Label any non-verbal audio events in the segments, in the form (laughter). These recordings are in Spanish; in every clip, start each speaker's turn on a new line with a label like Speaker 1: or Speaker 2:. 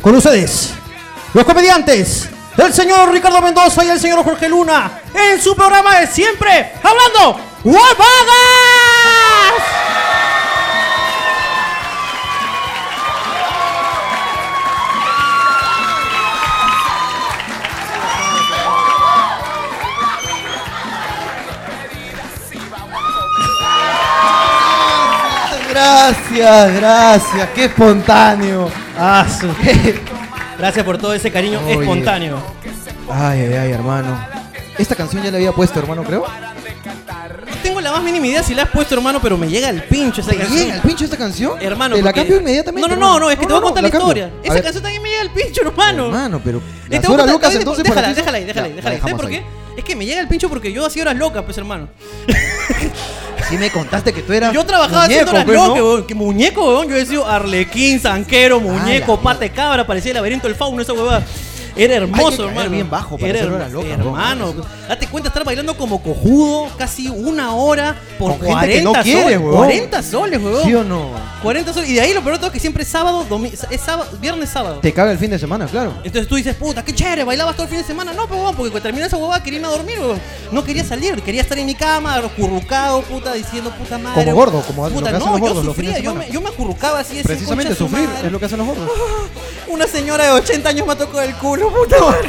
Speaker 1: Con ustedes, los comediantes, el señor Ricardo Mendoza y el señor Jorge Luna, en su programa de siempre, hablando huevadas.
Speaker 2: Gracias, gracias, qué espontáneo.
Speaker 1: Ah, su- Gracias por todo ese cariño
Speaker 2: Oye.
Speaker 1: espontáneo.
Speaker 2: Ay, ay, ay, hermano. Esta canción ya la había puesto, hermano, creo.
Speaker 1: No tengo la más mínima idea si la has puesto, hermano, pero me llega el pincho esa
Speaker 2: ¿Te
Speaker 1: canción.
Speaker 2: llega el pincho esta canción?
Speaker 1: Hermano,
Speaker 2: ¿Te la
Speaker 1: porque-
Speaker 2: cambio inmediatamente?
Speaker 1: No, no, no, no, es que te voy a contar la,
Speaker 2: cambio.
Speaker 1: historia.
Speaker 2: A
Speaker 1: Esa
Speaker 2: ver,
Speaker 1: canción también me llega el pincho, hermano.
Speaker 2: Hermano, pero.
Speaker 1: Eh,
Speaker 2: Las
Speaker 1: te voy a
Speaker 2: horas
Speaker 1: contar-
Speaker 2: locas,
Speaker 1: te-
Speaker 2: entonces.
Speaker 1: déjala,
Speaker 2: para ti son-
Speaker 1: déjala ahí, déjala ahí,
Speaker 2: Ya,
Speaker 1: déjala
Speaker 2: la
Speaker 1: ahí. ¿Sabes por qué?
Speaker 2: dejamos
Speaker 1: Es que me llega el pincho porque yo hacía horas locas, pues, hermano.
Speaker 2: ahí. Sí, me contaste que tú eras.
Speaker 1: Yo trabajaba haciendo
Speaker 2: muñeco,
Speaker 1: horas
Speaker 2: pues, ¿no?
Speaker 1: locas, weón. Que muñeco, weón. Yo he sido arlequín, zanquero, muñeco,
Speaker 2: la
Speaker 1: pata de cabra, parecía el laberinto del fauno, esa huevada. Era
Speaker 2: Hay que
Speaker 1: hermoso,
Speaker 2: caer
Speaker 1: hermano.
Speaker 2: bien bajo para
Speaker 1: Era
Speaker 2: hacer
Speaker 1: hermo-
Speaker 2: horas locas,
Speaker 1: Hermano, date cuenta, estar bailando como cojudo casi una hora por
Speaker 2: Con gente
Speaker 1: 40
Speaker 2: que no quiere,
Speaker 1: soles.
Speaker 2: weón.
Speaker 1: 40 soles, weón.
Speaker 2: ¿Sí o no?
Speaker 1: 40 soles. Y de ahí lo peor de todo es que siempre es sábado, domi- es sábado, viernes sábado.
Speaker 2: Te caga el fin de semana, claro.
Speaker 1: Entonces tú dices, puta, qué chévere, bailabas todo el fin de semana. No, pues, huevón, porque cuando terminé esa huevada quería irme a dormir, huevón. No quería salir, quería estar en mi cama, acurrucado, puta, diciendo, puta madre.
Speaker 2: Como gordo, como lo
Speaker 1: puta,
Speaker 2: que hacen
Speaker 1: no,
Speaker 2: los gordos
Speaker 1: yo
Speaker 2: los fines
Speaker 1: sufría,
Speaker 2: de
Speaker 1: yo me,
Speaker 2: semana.
Speaker 1: yo me acurrucaba así, así. concha
Speaker 2: Precisamente
Speaker 1: de su
Speaker 2: sufrir
Speaker 1: madre.
Speaker 2: es lo que hacen
Speaker 1: (laughs)
Speaker 2: los gordos.
Speaker 1: Una señora de 80 años me tocó el culo, puta madre.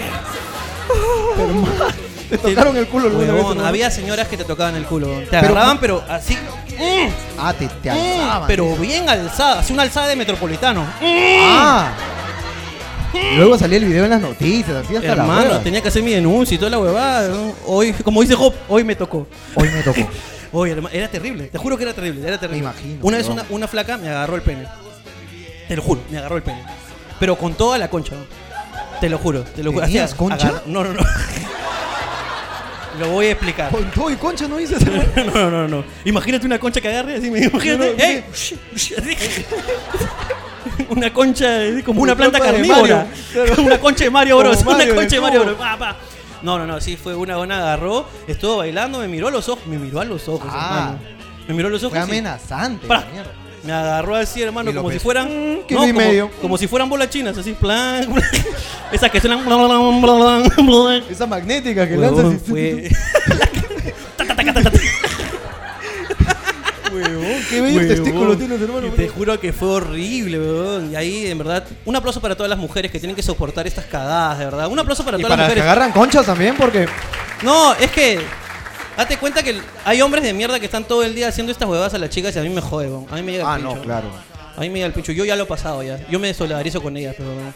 Speaker 2: Te tocaron el culo alguna vez.
Speaker 1: Huevón,
Speaker 2: hermano.
Speaker 1: había señoras que te tocaban el culo, huevón. Te agarraban, pero, así. mm,
Speaker 2: Ah, te, te
Speaker 1: mm,
Speaker 2: alzaban.
Speaker 1: pero bien alzada, así una alzada de metropolitano.
Speaker 2: Ah. Luego salía el video en las noticias, así hasta la
Speaker 1: Hermano,
Speaker 2: hueva.
Speaker 1: tenía que hacer mi denuncia y toda la huevada. ¿no? Hoy, como dice Hop, hoy me tocó.
Speaker 2: Hoy me
Speaker 1: (laughs)
Speaker 2: tocó.
Speaker 1: Oye, hermano, era terrible, te juro que era terrible, era terrible.
Speaker 2: Me imagino,
Speaker 1: Una vez
Speaker 2: weón.
Speaker 1: una, una flaca me agarró el pene. Te lo juro, me agarró el pene. Pero con toda la concha. ¿no? Te lo juro, te lo juro.
Speaker 2: ¿Tenías
Speaker 1: Así,
Speaker 2: concha?
Speaker 1: agarra- No, (laughs) no, no. lo voy a explicar.
Speaker 2: Con todo y concha no dices. hermano.
Speaker 1: No, (laughs) no, no, no. Imagínate una concha que agarre así, me
Speaker 2: No, no,
Speaker 1: imagínate. ¡Ey! (laughs) una concha eh, como una planta
Speaker 2: Como planta de
Speaker 1: carnívora.
Speaker 2: Mario.
Speaker 1: Como (laughs) Una concha de Mario Bros.
Speaker 2: Como
Speaker 1: una
Speaker 2: Mario en
Speaker 1: concha de
Speaker 2: el
Speaker 1: Mario
Speaker 2: cubo.
Speaker 1: Bros. Pa, pa. No, no, no, sí, fue una buena, agarró, estuvo bailando, me miró a los ojos, me miró a los ojos,
Speaker 2: Ah.
Speaker 1: hermano. Me miró a los ojos.
Speaker 2: Fue
Speaker 1: sí.
Speaker 2: amenazante,
Speaker 1: Pra.
Speaker 2: la mierda.
Speaker 1: Me agarró así, hermano,
Speaker 2: Y lo
Speaker 1: como si
Speaker 2: pesó.
Speaker 1: fueran.
Speaker 2: Mm,
Speaker 1: no,
Speaker 2: kilo
Speaker 1: como,
Speaker 2: y medio.
Speaker 1: como si fueran bolas chinas, así, plan. (laughs) plan. Esas que suenan. plan, plan, plan, plan.
Speaker 2: Esa magnética
Speaker 1: (laughs)
Speaker 2: que
Speaker 1: Huevón,
Speaker 2: lanzas. y-
Speaker 1: fue- Ta, ta, ta, ta, ta, ta.
Speaker 2: Huevón, qué bello
Speaker 1: Huevón.
Speaker 2: testículo tienes, hermano.
Speaker 1: Y te juro que fue horrible, weón. Y ahí, en verdad, un aplauso para todas las mujeres que tienen que soportar estas cagadas, de verdad. Un aplauso para
Speaker 2: Y
Speaker 1: todas
Speaker 2: para
Speaker 1: las
Speaker 2: las que
Speaker 1: mujeres.
Speaker 2: agarran conchas también, porque.
Speaker 1: No, es que. Date cuenta que hay hombres de mierda que están todo el día haciendo estas huevadas a las chicas y a mí me jode, weón. A mí me llega el
Speaker 2: Ah,
Speaker 1: pincho.
Speaker 2: no, claro.
Speaker 1: A mí me llega el pincho. Yo ya lo he pasado ya. Yo me solidarizo con ellas, pero. eh,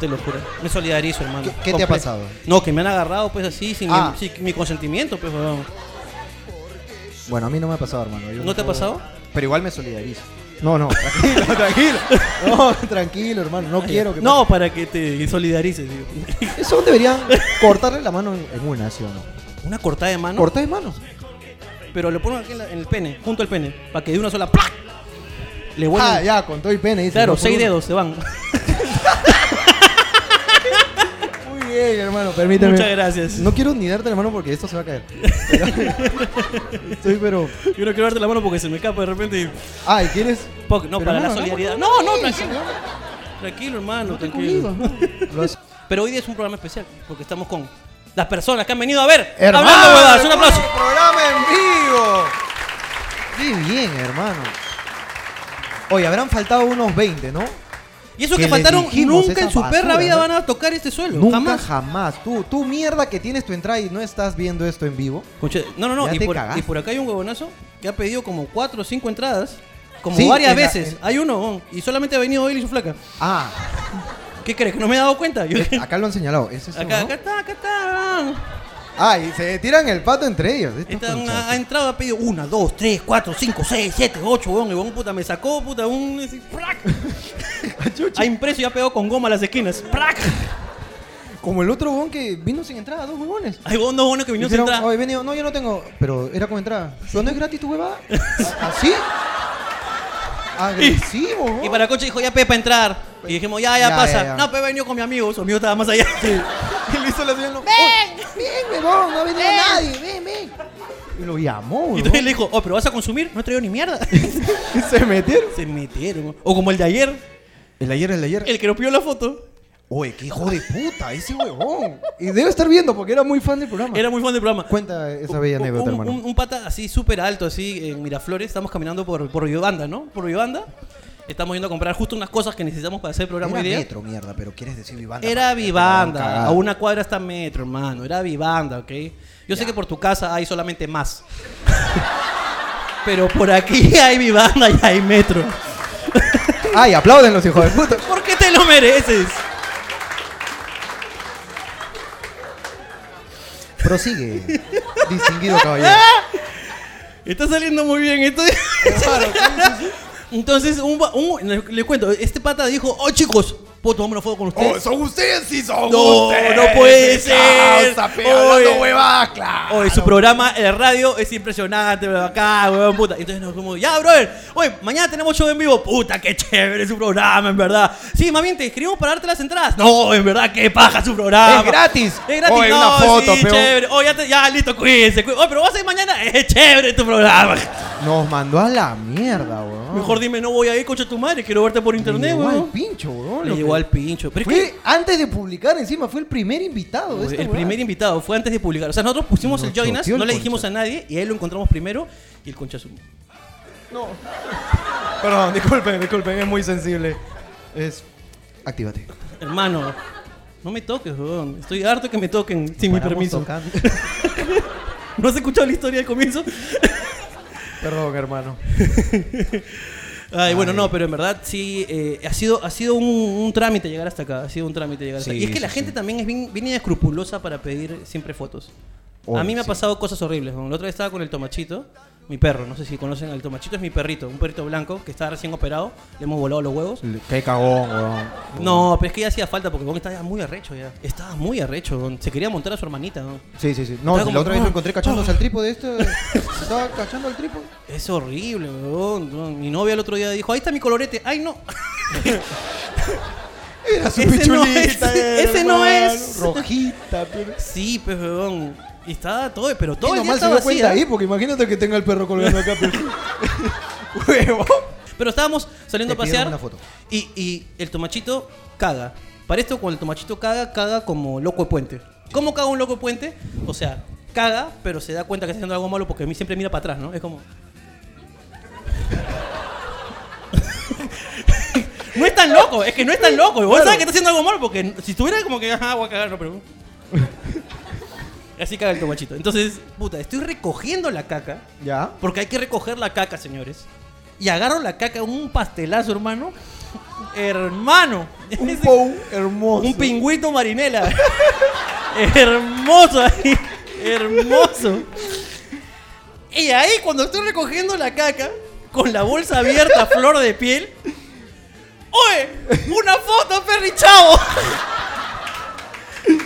Speaker 1: Te lo juro. Me solidarizo, hermano.
Speaker 2: ¿Qué- qué te ha
Speaker 1: Comple-
Speaker 2: pasado?
Speaker 1: No, que me han agarrado, pues así, sin,
Speaker 2: Ah.
Speaker 1: mi, sin mi consentimiento, pues, weón.
Speaker 2: Bueno, a mí no me ha pasado, hermano. yo
Speaker 1: ¿No te ha
Speaker 2: puedo-
Speaker 1: pasado?
Speaker 2: Pero igual me solidarizo. No, (laughs) no, tranquilo, (laughs) tranquilo. No, tranquilo, hermano. No quiero que.
Speaker 1: No, para que te solidarices, digo. (laughs)
Speaker 2: Eso deberían cortarle la mano en en una, ¿sí o no?
Speaker 1: Una cortada de mano.
Speaker 2: Cortar de mano.
Speaker 1: Pero lo pongo aquí en, la- en el pene, junto al pene, para que de una sola ¡plac! le vuelvan.
Speaker 2: Ah, ya, con todo y pene. dice,
Speaker 1: claro,
Speaker 2: no, por
Speaker 1: seis
Speaker 2: uno.
Speaker 1: dedos se van. (laughs)
Speaker 2: Muy bien, hermano, permíteme.
Speaker 1: Muchas gracias.
Speaker 2: No quiero ni darte la mano porque esto se va a (laughs) caer. Pero- Estoy, pero.
Speaker 1: Yo no quiero darte la mano porque se me escapa de repente. y-
Speaker 2: Ay, ¿quieres?
Speaker 1: Poc, no,
Speaker 2: Pero,
Speaker 1: para la
Speaker 2: hermano,
Speaker 1: solidaridad.
Speaker 2: no,
Speaker 1: No,
Speaker 2: no,
Speaker 1: no,
Speaker 2: no,
Speaker 1: tranquilo. Tranquilo, hermano, tranquilo.
Speaker 2: Lo has-
Speaker 1: (laughs) Pero hoy día es un programa especial, porque estamos con las personas que han venido a ver.
Speaker 2: Hermano,
Speaker 1: Hablando huevadas, un aplauso.
Speaker 2: Programa en vivo. Qué bien, hermano. Oye, habrán faltado unos 20, ¿no?
Speaker 1: Y eso que
Speaker 2: Que les
Speaker 1: faltaron,
Speaker 2: dijimos
Speaker 1: nunca en
Speaker 2: esa
Speaker 1: su perra
Speaker 2: basura,
Speaker 1: vida
Speaker 2: ¿no?
Speaker 1: van a tocar este suelo.
Speaker 2: Nunca jamás.
Speaker 1: jamás.
Speaker 2: Tú, tú mierda que tienes tu entrada y no estás viendo esto en vivo.
Speaker 1: Conche- no, no, no.
Speaker 2: Ya
Speaker 1: Y
Speaker 2: te
Speaker 1: por,
Speaker 2: cagaste.
Speaker 1: y por acá hay un huevonazo que ha pedido como cuatro o cinco entradas, como
Speaker 2: Sí,
Speaker 1: varias
Speaker 2: en la-
Speaker 1: veces.
Speaker 2: en-
Speaker 1: Hay uno, y solamente ha venido él y su flaca.
Speaker 2: Ah,
Speaker 1: ¿Qué crees? ¿Que no me he dado cuenta?
Speaker 2: (laughs)
Speaker 1: Yo-
Speaker 2: es- acá lo han señalado. ¿Es eso,
Speaker 1: acá,
Speaker 2: Ah, no?
Speaker 1: acá está, acá está.
Speaker 2: Ah, y se tiran el pato entre ellos. Estos
Speaker 1: Esta una-
Speaker 2: conchazos.
Speaker 1: ha entrado, ha pedido una, dos, tres, cuatro, cinco, seis, siete, ocho, weón. Y weón, puta, me sacó, puta, un... así, ¡prac!
Speaker 2: (laughs) Ah,
Speaker 1: ha impreso y ha pegado con goma las esquinas. ¡prac!
Speaker 2: Como el otro huevón que vino sin entrada, dos huevones.
Speaker 1: Hay weón, dos huevones que vinieron sin
Speaker 2: Dijeron,
Speaker 1: entrada.
Speaker 2: "Oye, venido, no, yo no tengo. Pero era con entrada. ¿Pero no es gratis tu huevada?
Speaker 1: (laughs)
Speaker 2: ¿Así? Agresivo,
Speaker 1: Y
Speaker 2: huevón.
Speaker 1: para el coche dijo, ya Pepa entrar. Y dijimos, ya, ya,
Speaker 2: Ya,
Speaker 1: pasa.
Speaker 2: ya, ya.
Speaker 1: No, Pepe venido con mi amigo, su amigo estaba más allá. (laughs)
Speaker 2: Y le hizo la señal. ¡Ven! ¡Ven, huevón! ¡No ha venido nadie! ¡Ven, ven! Y lo llamó,
Speaker 1: Y (laughs)
Speaker 2: huevón.
Speaker 1: entonces le dijo, oh, (laughs) pero vas a consumir, no he traído ni mierda.
Speaker 2: Y se metieron.
Speaker 1: Se metieron. O como el de ayer.
Speaker 2: El ayer, el ayer.
Speaker 1: El que nos pidió la foto
Speaker 2: Oye, qué hijo de puta, ese huevón. Y debe estar viendo porque era muy fan del programa.
Speaker 1: era muy fan del programa.
Speaker 2: Cuenta esa bella
Speaker 1: Un-
Speaker 2: anécdota,
Speaker 1: un,
Speaker 2: hermano.
Speaker 1: un- un pata así súper alto, así en Miraflores. Estamos caminando por, por Riobamba, ¿no? Por Riobamba. Estamos yendo a comprar justo unas cosas que necesitamos para hacer el programa hoy
Speaker 2: era
Speaker 1: día.
Speaker 2: metro, mierda, pero quieres decir vivanda.
Speaker 1: Era Vivanda, a
Speaker 2: aún
Speaker 1: una cuadra hasta metro, hermano. Era Vivanda, ¿ok? Yo sé que por tu casa hay solamente más. (laughs) Pero por aquí hay Vivanda y hay metro.
Speaker 2: Ay, aplauden los (laughs) hijos de puta.
Speaker 1: ¿Por qué te lo mereces?
Speaker 2: Prosigue, distinguido caballero.
Speaker 1: Está saliendo muy bien. esto. (laughs) Entonces, un, va- un- le, le cuento, este pata dijo, oh chicos, ¿puedo tomarme una foto con ustedes?
Speaker 3: Oh, son ustedes sí son
Speaker 1: No,
Speaker 3: ustedes.
Speaker 1: no puede
Speaker 3: Esa,
Speaker 1: ser.
Speaker 3: esa pe-
Speaker 1: Oye.
Speaker 3: hablando huevadas, claro.
Speaker 1: Oye, su programa en la radio es impresionante, weón, acá, weón, puta. Entonces nos como, ya, brother, oye, mañana tenemos show en vivo. Puta, qué chévere su programa, en verdad. Sí, más bien, te escribimos para darte las entradas. No, en verdad, qué paja su programa.
Speaker 2: Es gratis.
Speaker 1: Ah, Es gratis,
Speaker 3: Oye,
Speaker 1: no,
Speaker 3: una foto,
Speaker 1: sí,
Speaker 3: peón.
Speaker 1: chévere. Oye, ya, te- ya, listo, cuídense. cuí- Oye, pero vas a ir mañana, es chévere tu programa.
Speaker 2: Nos mandó a la mierda,
Speaker 3: Ah.
Speaker 2: weón.
Speaker 1: Mejor dime, no voy a ir, coche tu madre, quiero verte por
Speaker 2: Le
Speaker 1: internet,
Speaker 2: llegó al
Speaker 1: weón.
Speaker 2: pincho, weón.
Speaker 1: Le
Speaker 2: lo
Speaker 1: llegó
Speaker 2: que-
Speaker 1: al pincho. Pero es que-
Speaker 2: Fue antes de publicar, encima, fue el primer invitado de esta
Speaker 1: el
Speaker 2: weá.
Speaker 1: primer invitado fue antes de publicar. O sea, nosotros pusimos
Speaker 2: Nos
Speaker 1: el Join Us,
Speaker 2: choteó el
Speaker 1: no le dijimos
Speaker 2: concha.
Speaker 1: a nadie y ahí lo encontramos primero y el concha su-
Speaker 2: Perdón, disculpen, disculpen, es muy sensible. Es. Actívate.
Speaker 1: Hermano, no me toques, weón. Estoy harto que me toquen sin mi
Speaker 2: Paramos
Speaker 1: permiso.
Speaker 2: tocando.
Speaker 1: (laughs) ¿No has escuchado la historia del
Speaker 2: (laughs)
Speaker 1: comienzo?
Speaker 2: Perdón, hermano.
Speaker 1: Ay, bueno, no, pero en verdad sí, eh, ha sido, ha sido un, un trámite llegar hasta acá. Ha sido un trámite llegar hasta
Speaker 2: Sí,
Speaker 1: acá. Y es que
Speaker 2: sí,
Speaker 1: la gente también es bien, bien escrupulosa para pedir siempre fotos.
Speaker 2: Oh,
Speaker 1: a mí me ha
Speaker 2: sí.
Speaker 1: pasado cosas horribles. weón. La otra vez estaba con el tomachito, mi perro. No sé si conocen al tomachito, es mi perrito, un perrito blanco que está recién operado. Le hemos volado los huevos.
Speaker 2: Qué cagón, weón.
Speaker 1: No, pero es que ya hacía falta porque Gon estaba ya muy arrecho ya. Estaba muy arrecho, Gon. Se quería montar a su hermanita, ¿no?
Speaker 2: Sí, sí, sí. No,
Speaker 1: Estaba como-
Speaker 2: la otra vez lo encontré cachándose al trípode este. Estaba cachando al trípode.
Speaker 1: Es horrible, weón. weón. Mi novia el otro día dijo, ahí está mi colorete. Ay, no. (laughs)
Speaker 2: Era su
Speaker 1: Ese no
Speaker 2: pichulita,
Speaker 1: es, ese no
Speaker 2: hermano.
Speaker 1: es.
Speaker 2: Rojita, pero.
Speaker 1: Sí, pues, weón. Y estaba todo, pero todo
Speaker 2: y
Speaker 1: el día
Speaker 2: nomás se
Speaker 1: estaba
Speaker 2: dio
Speaker 1: así.
Speaker 2: cuenta
Speaker 1: ¿ah?
Speaker 2: ahí, porque imagínate que tenga el perro colgando acá.
Speaker 1: (laughs)
Speaker 2: Huevo.
Speaker 1: Pero estábamos saliendo a
Speaker 2: Te pidieron
Speaker 1: pasear
Speaker 2: una foto.
Speaker 1: Y, y el tomachito caga. Para esto, cuando el tomachito caga, caga como loco de puente. ¿Cómo caga un loco de puente? O sea, caga, pero se da cuenta que está haciendo algo malo porque a mí siempre mira para atrás, ¿no? Es como... (laughs) no es tan loco, es que no es tan loco. Vos sabes que está haciendo algo malo porque si estuviera como que, ajá, voy a cagar, no,
Speaker 2: (laughs)
Speaker 1: pero... Así caga el tomachito. Entonces, puta, estoy recogiendo la caca.
Speaker 2: Ya.
Speaker 1: Porque hay que recoger la caca, señores. Y agarro la caca, un pastelazo, hermano. Hermano.
Speaker 2: Un
Speaker 1: (laughs) Ese-
Speaker 2: pou hermoso.
Speaker 1: un pingüito marinela. (laughs) hermoso ahí. Hermoso. Y ahí, cuando estoy recogiendo la caca, con la bolsa abierta, (laughs) flor de piel. ¡Oye! ¡Una foto, Perry Chavo! (laughs)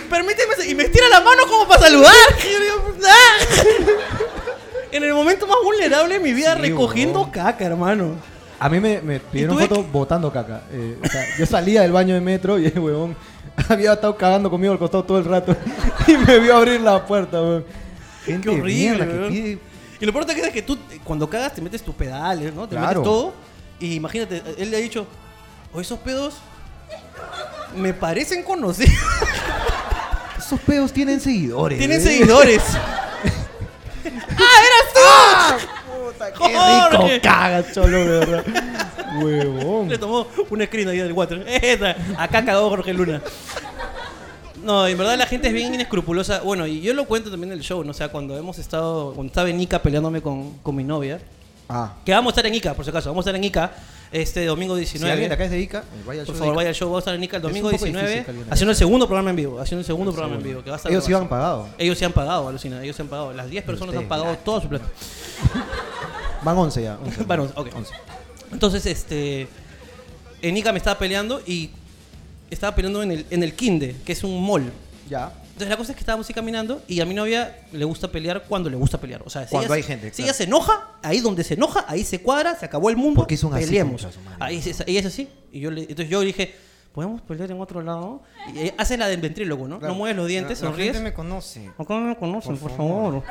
Speaker 1: Permíteme. se- Y me estira la mano como para saludar.
Speaker 2: pues,
Speaker 1: Ah.
Speaker 2: (laughs)
Speaker 1: en el momento más vulnerable de mi vida,
Speaker 2: Sí,
Speaker 1: recogiendo
Speaker 2: huevón.
Speaker 1: caca, hermano.
Speaker 2: A mí me, me pidieron
Speaker 1: ¿Y tú de
Speaker 2: foto botando caca. Eh, o sea, yo salía del baño de metro y el huevón (laughs) había estado cagando conmigo al costado todo el rato (laughs) y me vio abrir la puerta, huevón. Gente
Speaker 1: Qué
Speaker 2: de
Speaker 1: horrible,
Speaker 2: mierda que
Speaker 1: weón.
Speaker 2: pide-
Speaker 1: Y lo peor que es que tú, eh, cuando cagas, te metes tus pedales, ¿no? Te
Speaker 2: Claro.
Speaker 1: metes todo. Y imagínate, eh, él le ha dicho, o esos pedos me parecen conocidos. (laughs)
Speaker 2: Esos pedos tienen seguidores.
Speaker 1: Tienen
Speaker 2: eh. (laughs)
Speaker 1: seguidores. ¡Ah, eras tú!
Speaker 2: Qué rico cagas, cholo, de verdad. Huevón.
Speaker 1: Le tomó una screen ahí del water. (laughs) Esa, Acá cagó Jorge Luna. No, en verdad la gente es bien inescrupulosa. Bueno, y yo lo cuento también en el show, ¿no? O sea, cuando hemos estado, cuando estaba en Ica peleándome con, con mi novia,
Speaker 2: Ah.
Speaker 1: que vamos a estar en Ica, por si acaso, vamos a estar en Ica este domingo
Speaker 2: Si
Speaker 1: 19.
Speaker 2: alguien de acá es de Ica, vaya al
Speaker 1: Por
Speaker 2: show de
Speaker 1: favor,
Speaker 2: Ica.
Speaker 1: vaya al show, vamos a estar en Ica el
Speaker 2: un
Speaker 1: domingo
Speaker 2: poco
Speaker 1: 19,
Speaker 2: difícil que alguien
Speaker 1: haciendo el segundo programa en vivo, haciendo el segundo programa en vivo, que va a estar
Speaker 2: Ellos
Speaker 1: bravazo.
Speaker 2: iban pagados.
Speaker 1: Ellos se han pagado, alucina, ellos se han pagado. Las 10 personas han
Speaker 2: ustedes,
Speaker 1: pagado todo su plata.
Speaker 2: Van 11 ya. 11.
Speaker 1: Bueno, ok.
Speaker 2: Once.
Speaker 1: Entonces, este. En Ica me estaba peleando y estaba peleando en el, en el Kinde, que es un mall.
Speaker 2: Ya.
Speaker 1: Entonces la cosa es que estábamos así caminando y a mi novia le gusta pelear cuando le gusta pelear. O sea, si
Speaker 2: Cuando
Speaker 1: ella
Speaker 2: hay
Speaker 1: se-
Speaker 2: gente,
Speaker 1: Si
Speaker 2: claro.
Speaker 1: ella se enoja, ahí donde se enoja, ahí se cuadra, se acabó el mundo.
Speaker 2: Porque es un así,
Speaker 1: peleemos.
Speaker 2: concha su madre.
Speaker 1: Ahí es- ella es así. Y yo le, entonces yo le dije, ¿podemos pelear en otro lado? Y ella hace la del ventríloco, ¿no? No mueves los dientes, sonríes.
Speaker 2: conoce.
Speaker 1: Acá no me conocen, por,
Speaker 2: Por
Speaker 1: favor.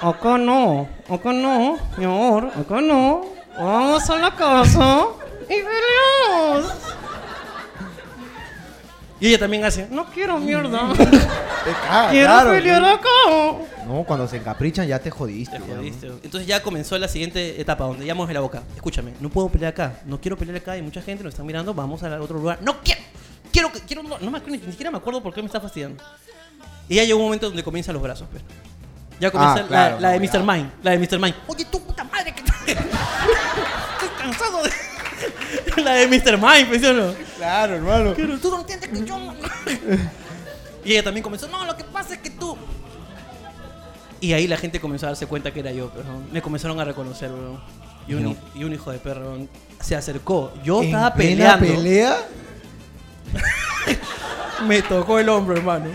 Speaker 1: Acá no, acá no, mi amor, acá no. Vamos a la casa y peleamos. huevos. Y ella también hace, no quiero mierda.
Speaker 2: Te caga,
Speaker 1: quiero
Speaker 2: claro.
Speaker 1: pelear acá.
Speaker 2: No, cuando se encaprichan ya te jodiste.
Speaker 1: Te
Speaker 2: ya, ¿no?
Speaker 1: jodiste. Entonces ya comenzó la siguiente etapa donde ya en la boca. Escúchame, no puedo pelear acá, no quiero pelear acá, hay mucha gente, nos están mirando, vamos a otro lugar. No quiero, quiero, que- quiero, no, no me acuerdo, ni siquiera me acuerdo por qué me está fastidiando. Y ya llegó un momento donde comienzan los brazos, pero. Ya comienza
Speaker 2: Ah,
Speaker 1: la-
Speaker 2: claro,
Speaker 1: la, de
Speaker 2: no,
Speaker 1: Mr. Mind, la de Mr. Mind. Oye, tú puta madre que (laughs) Estoy cansado de. (laughs) la de Mr. Mind, pues, ¿sí o no?
Speaker 2: Claro, hermano.
Speaker 1: Pero tú no entiendes que yo. y ella también comenzó, no, lo que pasa es que tú. Y ahí la gente comenzó a darse cuenta que era yo, pero me comenzaron a reconocer, weón. Y un,
Speaker 2: No.
Speaker 1: hi- y un hijo de perro weón, se acercó. Yo
Speaker 2: ¿En
Speaker 1: estaba
Speaker 2: plena
Speaker 1: peleando.
Speaker 2: pelea?
Speaker 1: Me tocó el hombro, hermano.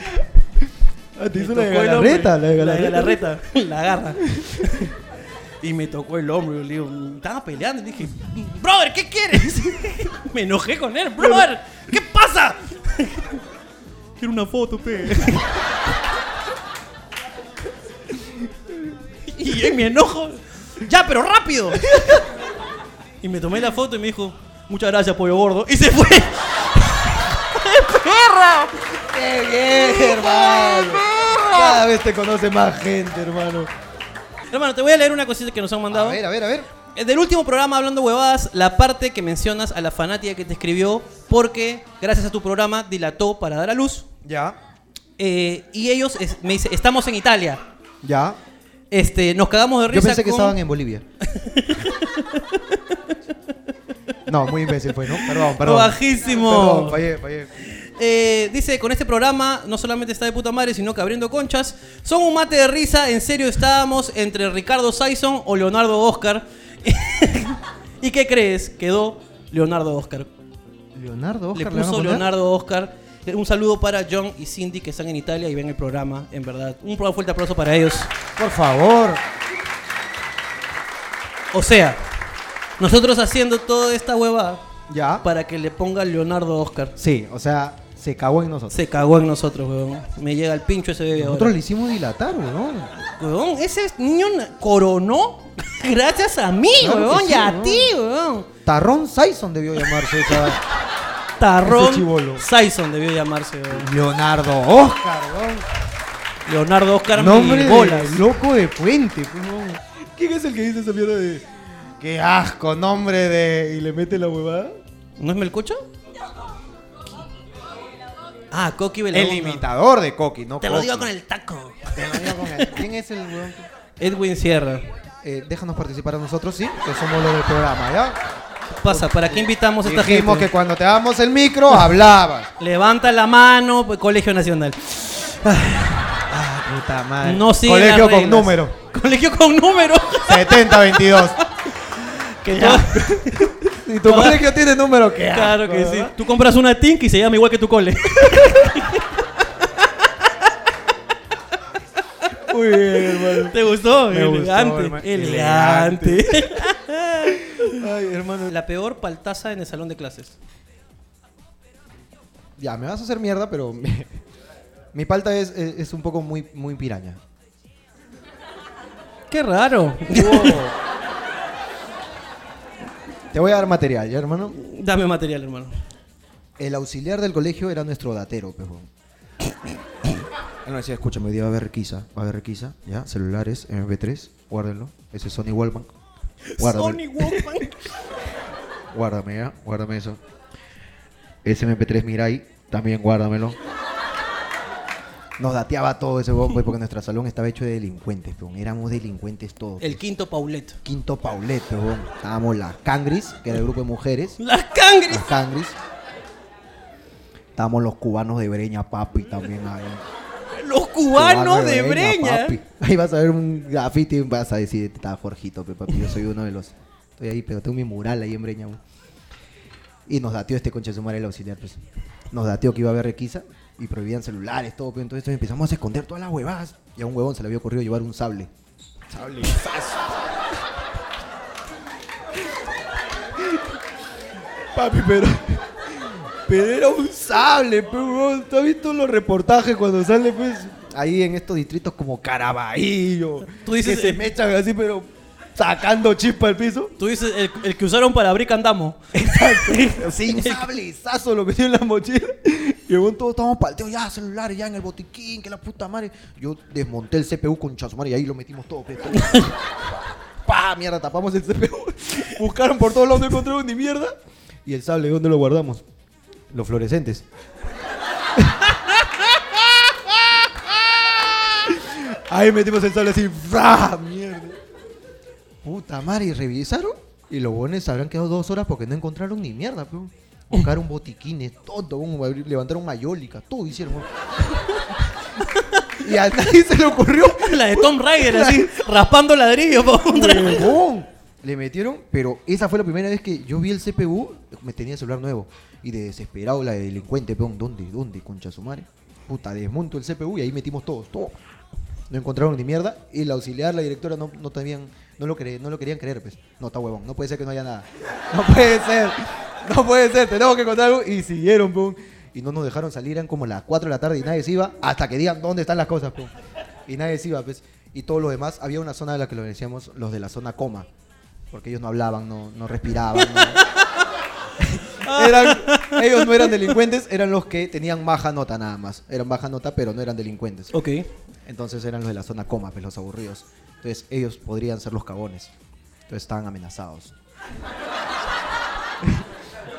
Speaker 2: Ah, te
Speaker 1: Me
Speaker 2: hizo la de
Speaker 1: tocó el
Speaker 2: galarreta,
Speaker 1: hombro.
Speaker 2: la de galarreta.
Speaker 1: galarreta,
Speaker 2: (laughs)
Speaker 1: la garra. (laughs) Y me tocó el hombro, le digo, estaba peleando. Y dije, brother, ¿qué quieres? (laughs) me enojé con él, brother, ¿qué pasa? (laughs) Quiero una foto, pe. (laughs) y en mi enojo, ya, pero rápido. (laughs) y me tomé la foto y me dijo, muchas gracias, pollo gordo. Y se fue. (laughs) ¡Perra!
Speaker 2: ¡Qué bien, hermano! Cada vez te conoce más gente, hermano.
Speaker 1: Hermano, te voy a leer una cosita que nos han
Speaker 2: A
Speaker 1: mandado.
Speaker 2: ver, a ver, a ver.
Speaker 1: Eh, Del último programa Hablando Huevadas, la parte que mencionas a la fanática que te escribió porque gracias a tu programa dilató para dar a luz.
Speaker 2: Ya.
Speaker 1: Eh, y ellos es- me dicen, estamos en Italia.
Speaker 2: Ya.
Speaker 1: Este, nos cagamos de risa
Speaker 2: Yo pensé que
Speaker 1: con-
Speaker 2: estaban
Speaker 1: (laughs)
Speaker 2: en Bolivia. No, muy imbécil fue, ¿no? Perdón, perdón.
Speaker 1: Bajísimo.
Speaker 2: Perdón, fallé, fallé.
Speaker 1: Eh, dice, con este programa no solamente está de puta madre, sino que abriendo conchas. Son un mate de risa, en serio estábamos entre Ricardo Sison o Leonardo Oscar. (laughs) ¿Y qué crees? Quedó Leonardo Oscar.
Speaker 2: Leonardo Oscar.
Speaker 1: le
Speaker 2: van a
Speaker 1: puso
Speaker 2: poner?
Speaker 1: Leonardo Oscar. Eh, Un saludo para John y Cindy que están en Italia y ven el programa, en verdad. Un fuerte aplauso para ellos.
Speaker 2: Por favor.
Speaker 1: O sea, nosotros haciendo toda esta huevada
Speaker 2: Ya.
Speaker 1: para que le ponga Leonardo Oscar.
Speaker 2: Sí, o sea, se cagó en nosotros.
Speaker 1: Se cagó en nosotros, huevón. Me llega el pincho ese bebé
Speaker 2: Nosotros
Speaker 1: ahora.
Speaker 2: le hicimos dilatar, ¿no?
Speaker 1: Huevón, ese niño na- coronó (laughs) gracias a mí,
Speaker 2: Claro que
Speaker 1: huevón, y
Speaker 2: sí,
Speaker 1: a
Speaker 2: huevón.
Speaker 1: ti, huevón.
Speaker 2: Tarrón Sison debió llamarse esa. (laughs) Ese
Speaker 1: Tarrón
Speaker 2: chibolo.
Speaker 1: Sison debió llamarse, huevón.
Speaker 2: Leonardo Oscar,
Speaker 1: Leonardo Oscar
Speaker 2: ¿no?
Speaker 1: mil
Speaker 2: Nombre
Speaker 1: bolas.
Speaker 2: de loco de puente, pues, ¿no? ¿Quién es el que dice esa mierda de. Qué asco, nombre de. Y le mete la huevada.
Speaker 1: ¿No es Melcocho? Ah, Coqui
Speaker 2: El
Speaker 1: Belaúnde.
Speaker 2: imitador de Coqui, ¿no?
Speaker 1: Te lo
Speaker 2: Coqui.
Speaker 1: digo con el taco.
Speaker 2: Te lo digo con el- (laughs) ¿Quién es el huevón?
Speaker 1: Edwin Sierra.
Speaker 2: Eh, déjanos participar a nosotros, sí, que somos los del programa, ¿ya?
Speaker 1: Pasa, ¿para qué invitamos a esta
Speaker 2: Dijimos que
Speaker 1: gente?
Speaker 2: cuando te damos el micro, hablabas.
Speaker 1: Levanta la mano, pues, Colegio Nacional.
Speaker 2: Ah, puta madre.
Speaker 1: No sigue
Speaker 2: Colegio
Speaker 1: las
Speaker 2: con
Speaker 1: reglas.
Speaker 2: número.
Speaker 1: Colegio con
Speaker 2: (laughs)
Speaker 1: número.
Speaker 2: 7022.
Speaker 1: Que (laughs) todo-
Speaker 2: (laughs) ¿Y (laughs) tu colegio tiene número? ¿Qué?
Speaker 1: claro
Speaker 2: asco,
Speaker 1: que sí.
Speaker 2: ¿verdad?
Speaker 1: Tú compras una Tink y se llama igual que tu cole. (laughs)
Speaker 2: Muy bien, hermano.
Speaker 1: ¿Te gustó?
Speaker 2: Me gustó,
Speaker 1: elegante.
Speaker 2: hermano.
Speaker 1: elegante. (laughs)
Speaker 2: Ay, hermano.
Speaker 1: la peor paltaza en el salón de clases.
Speaker 2: Ya, me vas a hacer mierda, pero. me- Mi palta es, es, es un poco muy, muy piraña. (laughs)
Speaker 1: Qué raro. (laughs)
Speaker 2: Te voy a dar material, ¿ya, hermano?
Speaker 1: Dame material, hermano.
Speaker 2: El auxiliar del colegio era nuestro datero, pejón. Él nos decía, escúchame, hoy día va a haber requisa, va a haber requisa, ¿ya? Celulares, MP3, guárdenlo. Ese es Sony Wallman. Guárdame,
Speaker 1: Sony Walkman.
Speaker 2: guárdame, ¿ya? Guárdame eso. Ese MP3 Mirai, también guárdamelo. Nos dateaba todo ese bombo porque nuestro salón estaba hecho de delincuentes, pejón. Éramos delincuentes todos.
Speaker 1: El quinto Paulet.
Speaker 2: Quinto Paulet, pejón. Estábamos las Cangris, que era el grupo de mujeres.
Speaker 1: Las cangres.
Speaker 2: Los cangris. Estamos los cubanos de Breña, papi, también ahí. Ah.
Speaker 1: Los cubanos de Breña.
Speaker 2: papi. Ahí vas a ver un graffiti y vas a decir, está Jorgito, pe, papi, yo soy uno de los... Estoy ahí, pero tengo mi mural ahí en Breña. weón". Y nos dateó este concha de su madre el auxiliar, pues. Nos dateó que iba a haber requisa y prohibían celulares, todo, pe. Entonces empezamos a esconder todas las huevadas. Y a un huevón se le había ocurrido llevar un sable. Papi, pero. Pero era un sable, pero ¿Tú has visto los reportajes cuando sale, pues? Ahí en estos distritos como Caraballo.
Speaker 1: Tú dices- eh,
Speaker 2: Que se mechan así, pero. sacando chispa al piso.
Speaker 1: Tú dices, el, el que usaron para abrir candamo. (laughs)
Speaker 2: Sí, un sablezazo lo metió en la mochila. Y el buen todo estábamos palteos ya, celular, ya en el botiquín, que la puta madre. Yo desmonté el CPU con chasumar y ahí lo metimos todo. pe, todo. pa, mierda, tapamos el CPU. (laughs) Buscaron por todos lados, no encontraron ni mierda. Y el sable, ¿dónde lo guardamos? Los fluorescentes. (laughs) Ahí metimos el sable así, ¡fra! Mierda. Puta madre, y revisaron. Y los bones habrán quedado dos horas porque no encontraron ni mierda, peón. Buscaron botiquines, todo, weón, abri- levantaron mayólica, todo hicieron. weón. (laughs) y a nadie se le ocurrió.
Speaker 1: La de
Speaker 2: (laughs)
Speaker 1: Tom Rider, así, raspando ladrillo. pa' un tra-
Speaker 2: Huevón. Eh, Le metieron, pero esa fue la primera vez que yo vi el CPU, me tenía el celular nuevo. Y de desesperado la de delincuente, peón, ¿dónde? ¿Dónde? Concha su madre. Puta, desmonto el CPU y ahí metimos todos, todo. No encontraron ni mierda. Y la auxiliar, la directora, no, no, tenían- no, lo, cre- no lo querían creer, pues. No, está huevón, no puede ser que no haya nada. (laughs) No puede ser, no puede ser, tenemos que encontrar algo. Y siguieron, peón. Y no nos dejaron salir, eran como las 4 de la tarde y nadie se iba hasta que digan dónde están las cosas, peón. Y nadie se iba, pues. Y todos los demás, había una zona de la que lo decíamos los de la zona coma. Porque ellos no hablaban, no, no respiraban. no- (laughs) Eran- ellos no eran delincuentes, eran los que tenían baja nota nada más. Eran baja nota, pero no eran delincuentes.
Speaker 1: Ok.
Speaker 2: Entonces eran los de la zona coma, pues, los aburridos. Entonces ellos podrían ser los cagones. Entonces estaban amenazados. (laughs)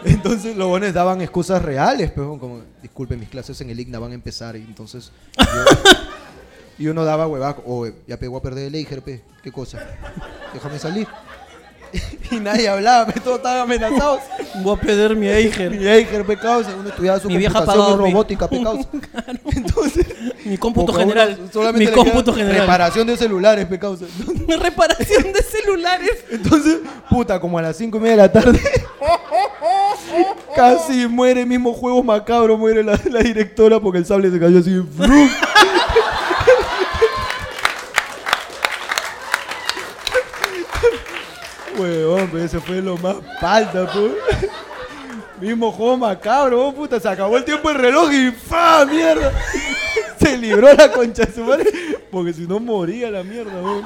Speaker 2: Entonces los buenos daban excusas reales, pues, como, disculpen, mis clases en el IGNA van a empezar, y entonces... yo- (laughs) y uno daba huevadas, o ya pegó a perder el Eiger, pe, qué cosa, déjame salir. (laughs) y nadie hablaba, pe, todos estaban amenazados.
Speaker 1: Voy a perder mi Eiger.
Speaker 2: Mi Eiger, pe, causa, uno estudiaba su
Speaker 1: Mi vieja
Speaker 2: computación
Speaker 1: apagó mi-
Speaker 2: robótica,
Speaker 1: (laughs)
Speaker 2: pe, causa. Entonces...
Speaker 1: Mi cómputo
Speaker 2: Porque a uno
Speaker 1: general.
Speaker 2: solamente
Speaker 1: Mi
Speaker 2: le queda
Speaker 1: cómputo general.
Speaker 2: Reparación de celulares, pe causa.
Speaker 1: (laughs) Reparación de celulares.
Speaker 2: (laughs) Entonces, puta, como a las 5 y media de la tarde. (laughs) casi muere, mismo juegos macabro, muere la, la directora porque el sable se cayó así. ¡frum! (laughs) Huevón, pero eso fue lo más palta, pues. Mismo juego macabro, oh, puta, se acabó el tiempo del reloj y ¡fa! ¡Mierda! (laughs) Se libró la concha de su madre, porque si no moría la mierda, weón.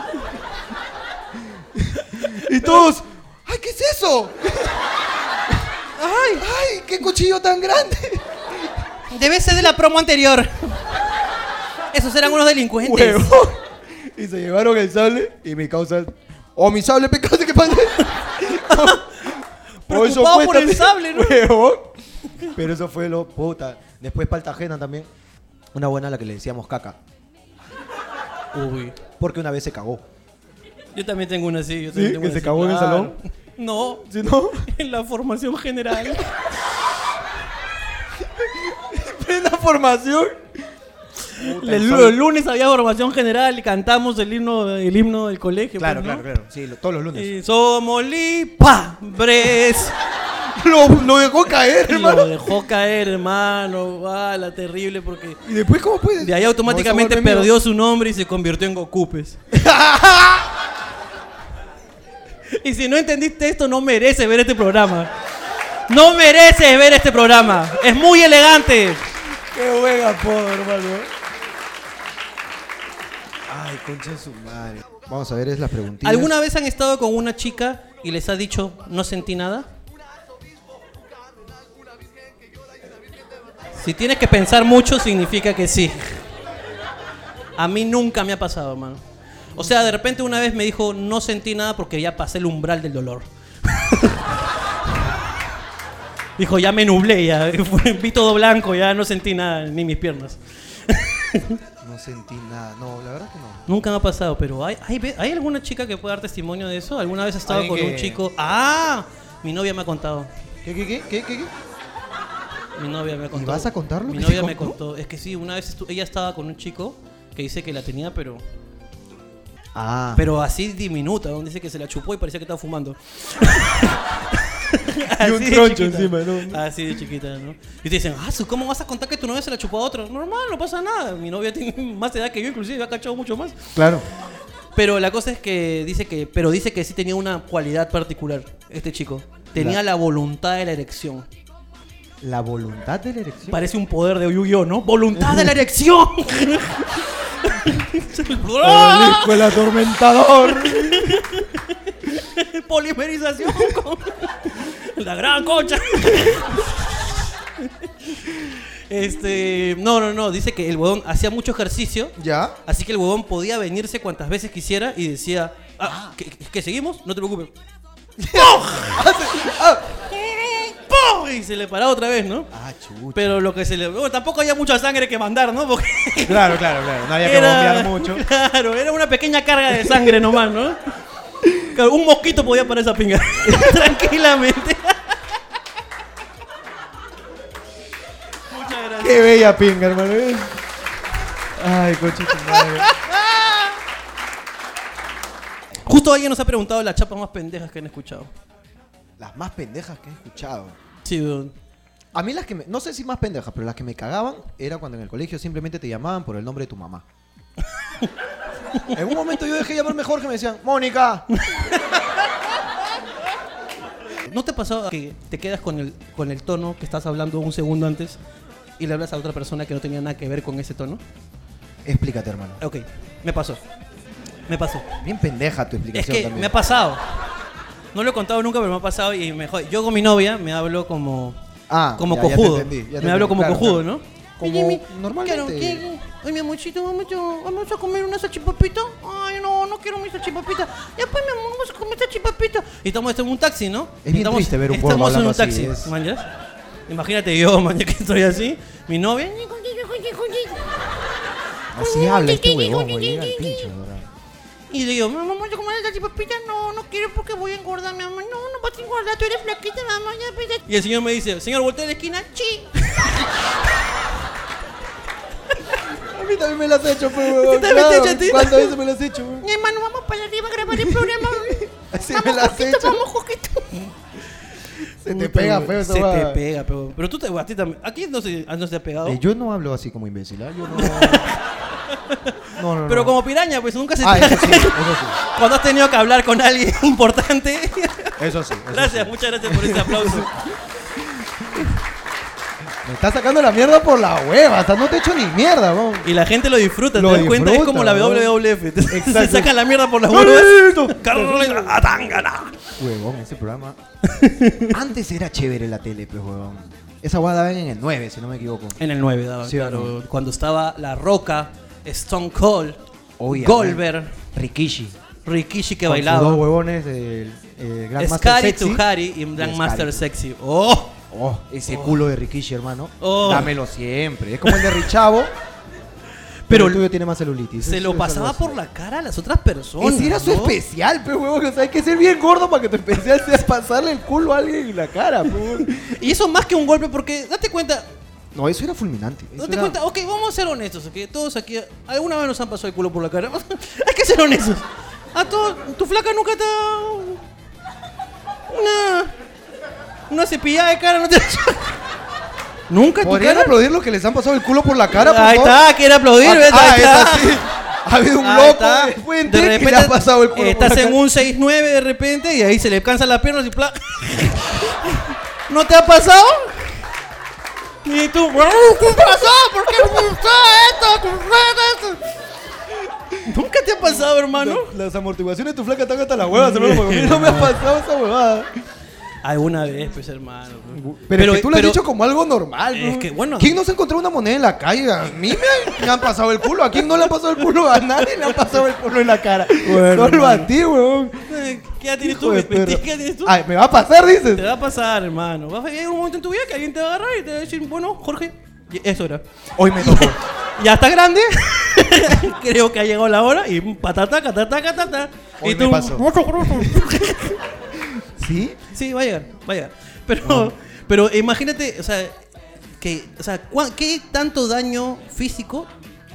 Speaker 2: Y todos, ¡ay, qué es eso! ¡Ay! ¡Ay, qué cuchillo tan (laughs) grande!
Speaker 1: Debe ser de la promo anterior. Esos eran unos delincuentes.
Speaker 2: Huevón. Y se llevaron el sable y mi causa. ¡Oh, mi sable, pe, causa, qué pasa! O eso
Speaker 1: Preocupado
Speaker 2: fue
Speaker 1: por el
Speaker 2: también,
Speaker 1: sable, ¿no?
Speaker 2: huevón. Pero eso fue lo puta. Después Paltajena también. Una buena a la que le decíamos caca.
Speaker 1: Uy.
Speaker 2: Porque una vez se cagó.
Speaker 1: Yo también tengo una así. Yo
Speaker 2: ¿Sí?
Speaker 1: también tengo una
Speaker 2: ¿Que se
Speaker 1: así,
Speaker 2: cagó en el
Speaker 1: claro.
Speaker 2: salón?
Speaker 1: No,
Speaker 2: Si no,
Speaker 1: (laughs) en la formación general.
Speaker 2: en (laughs) la formación.
Speaker 1: El, lu- el lunes había formación general y cantamos el himno, el himno del colegio.
Speaker 2: Claro,
Speaker 1: pues,
Speaker 2: claro,
Speaker 1: ¿no?
Speaker 2: claro. Sí, lo- todos los lunes.
Speaker 1: Y somos
Speaker 2: (laughs)
Speaker 1: lipabres.
Speaker 2: Lo, lo dejó caer,
Speaker 1: Y
Speaker 2: hermano.
Speaker 1: Lo dejó caer, hermano. Bala, terrible, porque
Speaker 2: Y después, ¿cómo puedes?
Speaker 1: de ahí automáticamente
Speaker 2: No, se vuelve
Speaker 1: perdió
Speaker 2: mío.
Speaker 1: su nombre y se convirtió en pues.
Speaker 2: (laughs)
Speaker 1: Gokupes. y si no entendiste esto, no mereces ver este programa. No mereces ver este programa. Es muy elegante.
Speaker 2: Qué buen apodo, hermano. Ay, concha de su madre. Vamos a ver, es la preguntita.
Speaker 1: ¿Alguna vez han estado con una chica y les ha dicho, no sentí nada? Si tienes que pensar mucho, significa que sí. A mí nunca me ha pasado, hermano. O sea, de repente una vez me dijo, no sentí nada porque ya pasé el umbral del dolor. (laughs) dijo, ya me nublé, ya (laughs) vi todo blanco, ya no sentí nada, ni mis piernas.
Speaker 2: No sentí nada. No, la verdad que no.
Speaker 1: Nunca me ha pasado, pero ¿hay, hay, ve- ¿hay alguna chica que pueda dar testimonio de eso? ¿Alguna vez he estado
Speaker 2: Alguien
Speaker 1: con un
Speaker 2: que-
Speaker 1: chico? ¡Ah! Mi novia me ha contado.
Speaker 2: ¿Qué, qué, qué? ¿Qué, qué? qué?
Speaker 1: Mi novia me contó.
Speaker 2: vas a contar lo
Speaker 1: Mi
Speaker 2: que te
Speaker 1: novia me
Speaker 2: contó?
Speaker 1: contó. Es que sí, una vez estu- ella estaba con un chico que dice que la tenía, pero
Speaker 2: Ah.
Speaker 1: pero así diminuta. Donde dice que se la chupó y parecía que estaba
Speaker 2: (laughs)
Speaker 1: fumando.
Speaker 2: Y un
Speaker 1: Así de
Speaker 2: troncho
Speaker 1: chiquita.
Speaker 2: encima, ¿no?
Speaker 1: Así de chiquita, ¿no? Y te dicen, ah, su, ¿cómo vas a contar que tu novia se la chupó a otro? Normal, no pasa nada. Mi novia tiene más edad que yo, inclusive, ha cachado mucho más.
Speaker 2: Claro.
Speaker 1: Pero la cosa es que dice que, pero dice que sí tenía una cualidad particular este chico. Tenía
Speaker 2: La-
Speaker 1: la, voluntad de la erección.
Speaker 2: La voluntad de la erección.
Speaker 1: Parece un poder de Yu-Gi-Oh, ¿no? Voluntad de la erección. (laughs)
Speaker 2: ¡El atormentador!
Speaker 1: polimerización con la gran concha. (laughs) Este, no, no, no, dice que el huevón hacía mucho ejercicio,
Speaker 3: ¿Ya?
Speaker 1: así que el huevón podía venirse cuantas veces quisiera y decía, ah, ¿que, que seguimos? No te preocupes. (laughs) ah, ¡Pum! Y se le paraba otra vez, ¿no?
Speaker 2: Ah, chucha.
Speaker 1: Pero lo que se le... bueno, tampoco había mucha sangre que mandar, ¿no? Porque
Speaker 3: Claro, claro, claro. No había que
Speaker 1: era...
Speaker 3: bombear mucho.
Speaker 1: Claro, era una pequeña carga de sangre nomás, ¿no? Claro, un mosquito podía parar esa pinga. (laughs) Tranquilamente. Muchas gracias.
Speaker 3: Qué bella pinga, hermano.
Speaker 2: eh.
Speaker 3: Ay, coche tu madre.
Speaker 1: Justo alguien nos ha preguntado las chapas más pendejas que han escuchado.
Speaker 2: Las más pendejas que he escuchado.
Speaker 1: Sí, weón.
Speaker 2: A mí las que me, no sé si más pendejas, pero las que me cagaban era cuando en el colegio simplemente te llamaban por el nombre de tu (laughs) mamá. en un momento yo dejé de llamarme Jorge y me decían, Mónica.
Speaker 1: ¿No te pasó que te quedas con el, con el tono que estás hablando un segundo antes y le hablas a otra persona que no tenía nada que ver con ese tono?
Speaker 2: Explícate, hermano.
Speaker 1: Ok, me pasó. Me pasó.
Speaker 2: Bien pendeja tu
Speaker 1: Es
Speaker 2: explicación
Speaker 1: que
Speaker 2: también.
Speaker 1: me ha pasado. No lo he contado nunca, pero me ha pasado y me jode. Yo con mi novia me hablo como,
Speaker 2: Ah,
Speaker 1: como
Speaker 2: ya, ya te
Speaker 1: cojudo.
Speaker 2: entendí, ya te
Speaker 1: me hablo
Speaker 2: entendí,
Speaker 1: como
Speaker 2: claro,
Speaker 1: cojudo,
Speaker 2: claro.
Speaker 1: ¿no?
Speaker 2: Como
Speaker 1: Oye, mi-
Speaker 2: normalmente.
Speaker 1: claro, ¿qué? Oye, mi amorcito, vamos a, vamos a comer una salchipapita. Ay, no, no quiero mi salchipapita. Ya pues, mi amor, vamos a comer salchipapita. Y estamos estamos en un taxi, ¿no?
Speaker 2: Es bien
Speaker 1: estamos,
Speaker 2: triste ver un
Speaker 1: Estamos
Speaker 2: gordo
Speaker 1: en
Speaker 2: hablando
Speaker 1: un taxi,
Speaker 2: así, es-
Speaker 1: manjas. Imagínate yo, (laughs) manjas, que estoy así. Mi novia.
Speaker 2: Así habla este huevón, güey, llega al pincho, de verdad.
Speaker 1: Y le digo, mamá, vamos a comer la chipapita. No, no quiero porque voy a engordar, mi amor. No, no vas a engordar, tú eres flaquita, mamá. Ya, pues, ya". Y el señor me dice, señor, voltea a la esquina. Chi.
Speaker 2: A mí también me las has hecho, pues, huevón.
Speaker 1: también te has hecho a ti?
Speaker 2: ¿Cuántas veces me las has hecho, huevón?
Speaker 1: Mi hermano, vamos para arriba a grabar el (laughs) programa.
Speaker 2: Así me
Speaker 1: vamos,
Speaker 2: las has
Speaker 1: Jorgito,
Speaker 2: hecho.
Speaker 1: vamos, Jorgito.
Speaker 2: Se te pega feo esa
Speaker 1: Se te
Speaker 2: huevada.
Speaker 1: pega, pero, pero tú te, a ti también. Aquí no se, no se te ha pegado.
Speaker 2: Eh, Yo no hablo así como imbécil, ¿ah?
Speaker 1: (laughs)
Speaker 2: Yo no... No, no, no.
Speaker 1: Pero como piraña, pues nunca se
Speaker 2: Ah,
Speaker 1: te
Speaker 2: eso sí, eso sí.
Speaker 1: (laughs) Cuando has tenido que hablar con alguien (laughs) importante.
Speaker 2: Eso sí. eso
Speaker 1: gracias, muchas gracias por este aplauso.
Speaker 2: sí. Me está sacando la mierda por la hueva. Hasta no te he hecho ni mierda, weón.
Speaker 1: Y la gente lo disfruta,
Speaker 2: Lo
Speaker 1: te das cuenta, es
Speaker 2: disfruta,
Speaker 1: como la
Speaker 2: weón.
Speaker 1: (laughs) WWF. Se
Speaker 2: Exacto.
Speaker 1: sacan la mierda por las
Speaker 2: Carlito.
Speaker 1: huevas. Carlos Atangana.
Speaker 2: Huevón,
Speaker 1: (laughs)
Speaker 2: ese programa. Antes era chévere la tele, pues, huevón. Esa hueá daban en el 9, si no me equivoco.
Speaker 1: En el 9 daban,
Speaker 2: Sí,
Speaker 1: claro.
Speaker 2: ¿o
Speaker 1: Cuando estaba La Roca, Stone Cold,
Speaker 2: Oye,
Speaker 1: Goldberg,
Speaker 2: Rikishi.
Speaker 1: Rikishi que
Speaker 2: Oh, Con sus Dos
Speaker 1: bailaba,
Speaker 2: huevones, el, el Grand Master
Speaker 1: Scary
Speaker 2: Sexy.
Speaker 1: Tuhari y
Speaker 2: Y
Speaker 1: Grand
Speaker 2: Scary
Speaker 1: Master
Speaker 2: Tuhari.
Speaker 1: Sexy. ¡Oh!
Speaker 2: Oh, ese
Speaker 1: Oh.
Speaker 2: culo de Rikishi, hermano.
Speaker 1: Oh.
Speaker 2: Dámelo siempre. Es como el
Speaker 1: (laughs)
Speaker 2: de Richavo.
Speaker 1: Pero
Speaker 2: pero el tuyo tiene más celulitis.
Speaker 1: Se
Speaker 2: Es-
Speaker 1: lo
Speaker 2: es algo
Speaker 1: pasaba
Speaker 2: así.
Speaker 1: por la cara a las otras personas.
Speaker 2: Ese era su
Speaker 1: ¿no?
Speaker 2: especial, pe huevón. O sea, hay que ser bien gordo para que tu especial sea pasarle el culo a alguien en la cara,
Speaker 1: (laughs)
Speaker 2: pe huevón.
Speaker 1: Y eso más que un golpe, porque date cuenta,
Speaker 2: No, eso era fulminante. Eso
Speaker 1: date
Speaker 2: era-
Speaker 1: cuenta, ok, vamos a ser honestos, ok, todos aquí, alguna vez nos han pasado el culo por la cara. (laughs) Hay que ser honestos. A todos, tu flaca nunca te ha dado una, una cepillada de cara, no te ha hecho- Nunca en tu
Speaker 2: ¿Podrían
Speaker 1: cara.
Speaker 2: aplaudir los que les han pasado el culo por la cara, por
Speaker 1: ahí
Speaker 2: favor?
Speaker 1: está, quiere aplaudir, ¿ves?
Speaker 2: Ah,
Speaker 1: ahí
Speaker 2: es
Speaker 1: está.
Speaker 2: así. Ha habido un
Speaker 1: Ahí
Speaker 2: loco
Speaker 1: está.
Speaker 2: de fuente que le ha pasado el culo
Speaker 1: estás
Speaker 2: por la
Speaker 1: en
Speaker 2: cara.
Speaker 1: un 6-9 de repente y ahí se le cansan las piernas y pla. (laughs) ¿No te ha pasado? Y tú, "Bueno, ¿qué pasó? ¿Por qué me gustó esto? ¿Por qué esto?" ¿Nunca te ha pasado, hermano?
Speaker 2: Las amortiguaciones de tu flaca están hasta las huevas, hermano, porque a mí no me ha pasado esa huevada.
Speaker 1: Alguna vez, pues, hermano. Pero,
Speaker 2: Pero, es que tú lo has dicho como algo normal,
Speaker 1: Es
Speaker 2: ¿no?
Speaker 1: que, bueno-
Speaker 2: ¿Quién no se encontró una moneda en la calle? A mí me, me han pasado el culo. ¿A quién no le han pasado el culo? A nadie le han pasado el culo en la cara.
Speaker 1: Bueno,
Speaker 2: Solo
Speaker 1: hermano.
Speaker 2: a ti, huevón.
Speaker 1: Eh, ¿Qué edad tienes tú?
Speaker 2: Hijo de
Speaker 1: ¿Qué
Speaker 2: perra.
Speaker 1: edad tienes tú?
Speaker 2: Ay, me va a pasar, dices.
Speaker 1: Te va a pasar, hermano. Va a llegar un momento en tu vida que alguien te va a agarrar y te va a decir, bueno, Jorge, y- eso era.
Speaker 2: Hoy me tocó.
Speaker 1: Ya está grande. (laughs) Creo que ha llegado la hora. Y patata, catata, catata.
Speaker 2: Hoy
Speaker 1: y
Speaker 2: me pasó. (laughs) ¿Sí?
Speaker 1: sí, va a llegar, va a llegar. Pero, pero imagínate, o sea, que, o sea, ¿cuá- ¿qué tanto daño físico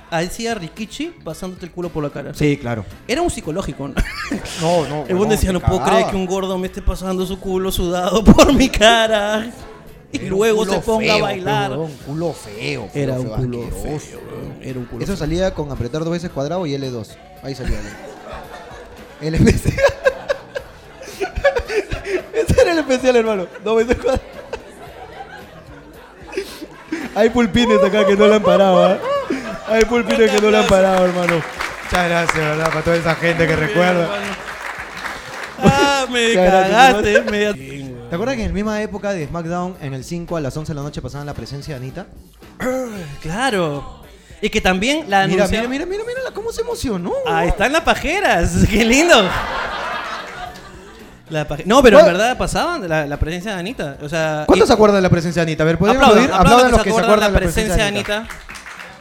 Speaker 1: hacía Rikichi pasándote el culo por la cara?
Speaker 2: Sí, claro.
Speaker 1: Era un
Speaker 2: (laughs)
Speaker 1: psicológico, ¿no?
Speaker 2: No, no.
Speaker 1: El buen
Speaker 2: huevón,
Speaker 1: decía,
Speaker 2: me
Speaker 1: no puedo
Speaker 2: cagaba.
Speaker 1: creer que un gordo me esté pasando su culo sudado (laughs) por mi cara. Y
Speaker 2: Era un
Speaker 1: luego
Speaker 2: culo
Speaker 1: se ponga a
Speaker 2: feo,
Speaker 1: bailar.
Speaker 2: pero, huevón, culo feo.
Speaker 1: Era
Speaker 2: feo,
Speaker 1: un
Speaker 2: feo,
Speaker 1: culo
Speaker 2: asqueroso.
Speaker 1: feo, huevón, Era un culo
Speaker 2: Eso
Speaker 1: feo.
Speaker 2: salía con apretar dos veces cuadrado y L2. Ahí salía. El, el especial. (laughs) Ese era el especial, hermano. Dos veces cuadrado. Hay pulpines acá que no le han parado, ¿ah? Hay pulpines que no le han parado, hermano.
Speaker 3: Muchas gracias, ¿verdad? Para toda esa gente que recuerda.
Speaker 1: Ah, me
Speaker 3: Cagaste,
Speaker 1: cagaste. Me...
Speaker 2: ¿Te acuerdas que en la misma época de SmackDown, en el 5 a las 11 de la noche pasaban la presencia de Anita?
Speaker 1: Claro. Y que también la
Speaker 2: eh. Mira,
Speaker 1: anunciaba-
Speaker 2: mira, mira, mira, mira cómo se emocionó.
Speaker 1: Ah, están las pajeras. (laughs) Qué lindo. La paje- No, pero en
Speaker 2: Bueno.
Speaker 1: verdad pasaban la, la presencia de Anita. O sea, Ah, y-
Speaker 2: ¿Cuántos se acuerdan de la presencia de Anita? A ver, ¿podemos
Speaker 1: aplaudan,
Speaker 2: aplaudir?
Speaker 1: aplaudan
Speaker 2: Aplaudan los que se acuerdan
Speaker 1: la presencia de Anita.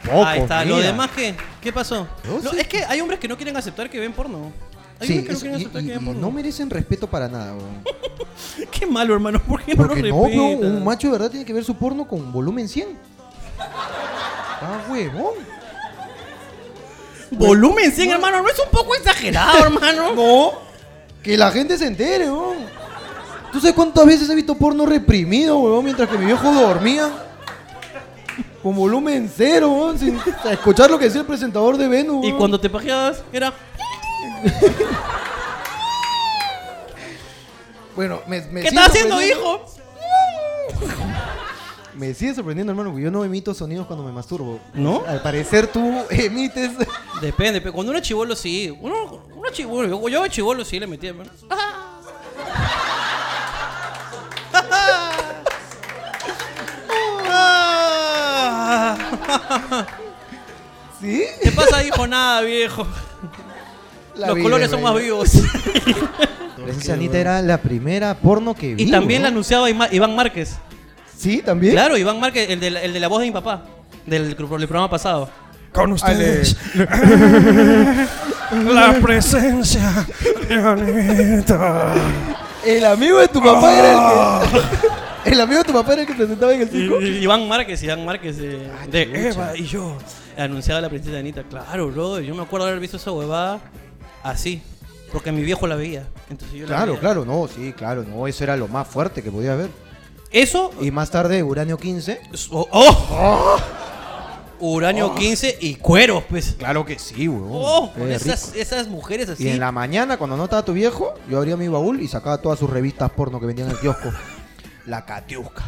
Speaker 2: Pocos,
Speaker 1: Ahí está. ¿Lo
Speaker 2: mira.
Speaker 1: demás qué? ¿Qué pasó?
Speaker 2: No
Speaker 1: No,
Speaker 2: sé.
Speaker 1: es que hay hombres que no quieren aceptar que ven porno. Hay
Speaker 2: Sí,
Speaker 1: hombres que no
Speaker 2: es-
Speaker 1: quieren
Speaker 2: y-
Speaker 1: aceptar
Speaker 2: y-
Speaker 1: que ven
Speaker 2: y
Speaker 1: porno.
Speaker 2: no merecen respeto para
Speaker 1: (laughs)
Speaker 2: nada, weón.
Speaker 1: Qué malo, hermano. ¿Por qué no
Speaker 2: Porque
Speaker 1: lo
Speaker 2: no, weón,
Speaker 1: respetas?
Speaker 2: un macho de verdad tiene que ver su porno con volumen 100. Ah, huevón.
Speaker 1: Volumen 100, hermano. ¿No es un poco
Speaker 2: (laughs)
Speaker 1: exagerado, hermano?
Speaker 2: No, que la gente se entere, weón. ¿Tú sabes cuántas veces he visto porno reprimido, weón, mientras que mi viejo dormía? Con volumen cero, weón, sin (laughs) escuchar lo que decía el presentador de Venus,
Speaker 1: Y
Speaker 2: weón.
Speaker 1: cuando te pajeabas, era...
Speaker 2: Bueno, me, me
Speaker 1: ¿Qué
Speaker 2: sigue
Speaker 1: estás haciendo,
Speaker 2: sorprendiendo-
Speaker 1: hijo?
Speaker 2: Me sigue sorprendiendo, hermano, porque yo no emito sonidos cuando me masturbo.
Speaker 1: ¿No?
Speaker 2: Al parecer tú (laughs) emites...
Speaker 1: Depende, pero cuando uno es chivolo sí. Uno, uno es chivolo. Yo, yo de chivolo sí le metía, hermano.
Speaker 2: ¿Sí?
Speaker 1: ¿Qué pasa, hijo? Nada, viejo.
Speaker 2: La
Speaker 1: Los
Speaker 2: vida,
Speaker 1: colores son
Speaker 2: la
Speaker 1: más
Speaker 2: vida.
Speaker 1: vivos.
Speaker 2: Presencia Anita era la primera porno que
Speaker 1: (laughs)
Speaker 2: vi.
Speaker 1: y también la
Speaker 2: weón.
Speaker 1: anunciaba Ima- Iván Márquez.
Speaker 2: Sí, también.
Speaker 1: Claro, Iván Márquez, el de, la, el de la voz de mi papá. Del, cru- del programa pasado.
Speaker 4: Con ustedes. La presencia de Anita.
Speaker 2: El amigo de tu papá era el que. (laughs) El amigo de tu papá era el que presentaba en el
Speaker 1: Y-
Speaker 2: 5.
Speaker 1: y- Iván Márquez, Iván Márquez de, de
Speaker 2: Ah, chucha.
Speaker 1: Eva y yo. Anunciaba la princesa Anita. Claro, bro. Yo me acuerdo haber visto esa huevada así. Porque mi viejo la veía. Entonces yo la
Speaker 2: Claro,
Speaker 1: veía.
Speaker 2: claro, no, sí, claro, no, eso era lo más fuerte que podía haber.
Speaker 1: Eso.
Speaker 2: Y más tarde, Uranio 15.
Speaker 1: oh, oh. Uranio 15 y cueros, pues.
Speaker 2: Claro que sí, weón.
Speaker 1: Oh, con
Speaker 2: Ah. Qué
Speaker 1: esas,
Speaker 2: rico.
Speaker 1: esas mujeres así.
Speaker 2: Y en la mañana, cuando no estaba tu viejo, yo abría mi baúl y sacaba todas sus revistas porno que vendían en el kiosco. La Catiusca.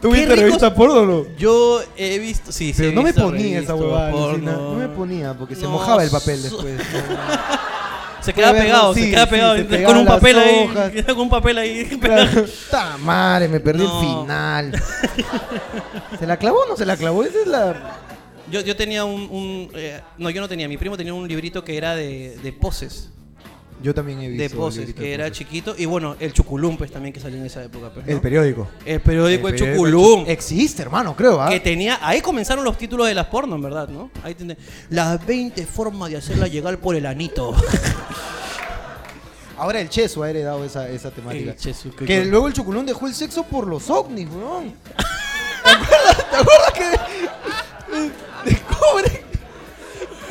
Speaker 1: ¿Tuviste revista
Speaker 3: porno no?
Speaker 1: Yo he visto. Sí, sí.
Speaker 2: Pero
Speaker 1: he
Speaker 2: no me
Speaker 1: visto
Speaker 2: ponía esa
Speaker 1: revistas,
Speaker 2: huevada,
Speaker 1: porno.
Speaker 2: alucina. No me ponía porque se
Speaker 1: No,
Speaker 2: mojaba el papel
Speaker 1: su-
Speaker 2: después. (laughs)
Speaker 1: Se queda
Speaker 2: Puede verlo,
Speaker 1: pegado, se
Speaker 2: sí,
Speaker 1: queda
Speaker 2: sí,
Speaker 1: pegado.
Speaker 2: se
Speaker 1: con
Speaker 2: pegaban
Speaker 1: un
Speaker 2: las
Speaker 1: papel
Speaker 2: hojas.
Speaker 1: ahí. (laughs) Con un papel ahí. pegado.
Speaker 2: ¡Ta madre! Me perdí
Speaker 1: No.
Speaker 2: el final. (laughs) ¿Se la clavó o no se la clavó? Esa es la.
Speaker 1: Yo, yo tenía un... un, eh, no, yo no tenía. Mi primo tenía un librito que era de, de poses.
Speaker 2: Yo también he visto.
Speaker 1: De
Speaker 2: el
Speaker 1: poses,
Speaker 2: librito
Speaker 1: que
Speaker 2: de
Speaker 1: era
Speaker 2: poses.
Speaker 1: chiquito. Y bueno, el Chuculum, pues, también que salió en esa época. pues, ¿no?
Speaker 2: El periódico.
Speaker 1: El periódico El,
Speaker 2: periódico
Speaker 1: Chuculum.
Speaker 2: Chu- Existe, hermano, creo, ¿ah?
Speaker 1: Que tenía... Ahí comenzaron los títulos de las porno, en verdad, ¿no? Ahí tenía... Las 20 formas de hacerla llegar por el anito. (laughs)
Speaker 2: Ahora el Chesu ha heredado esa, esa temática.
Speaker 1: El Chesu, qué
Speaker 2: que
Speaker 1: cosa.
Speaker 2: luego el Chuculón dejó el sexo por los ovnis, weón. ¿Te acuerdas? ¿Te acuerdas que. Descubre.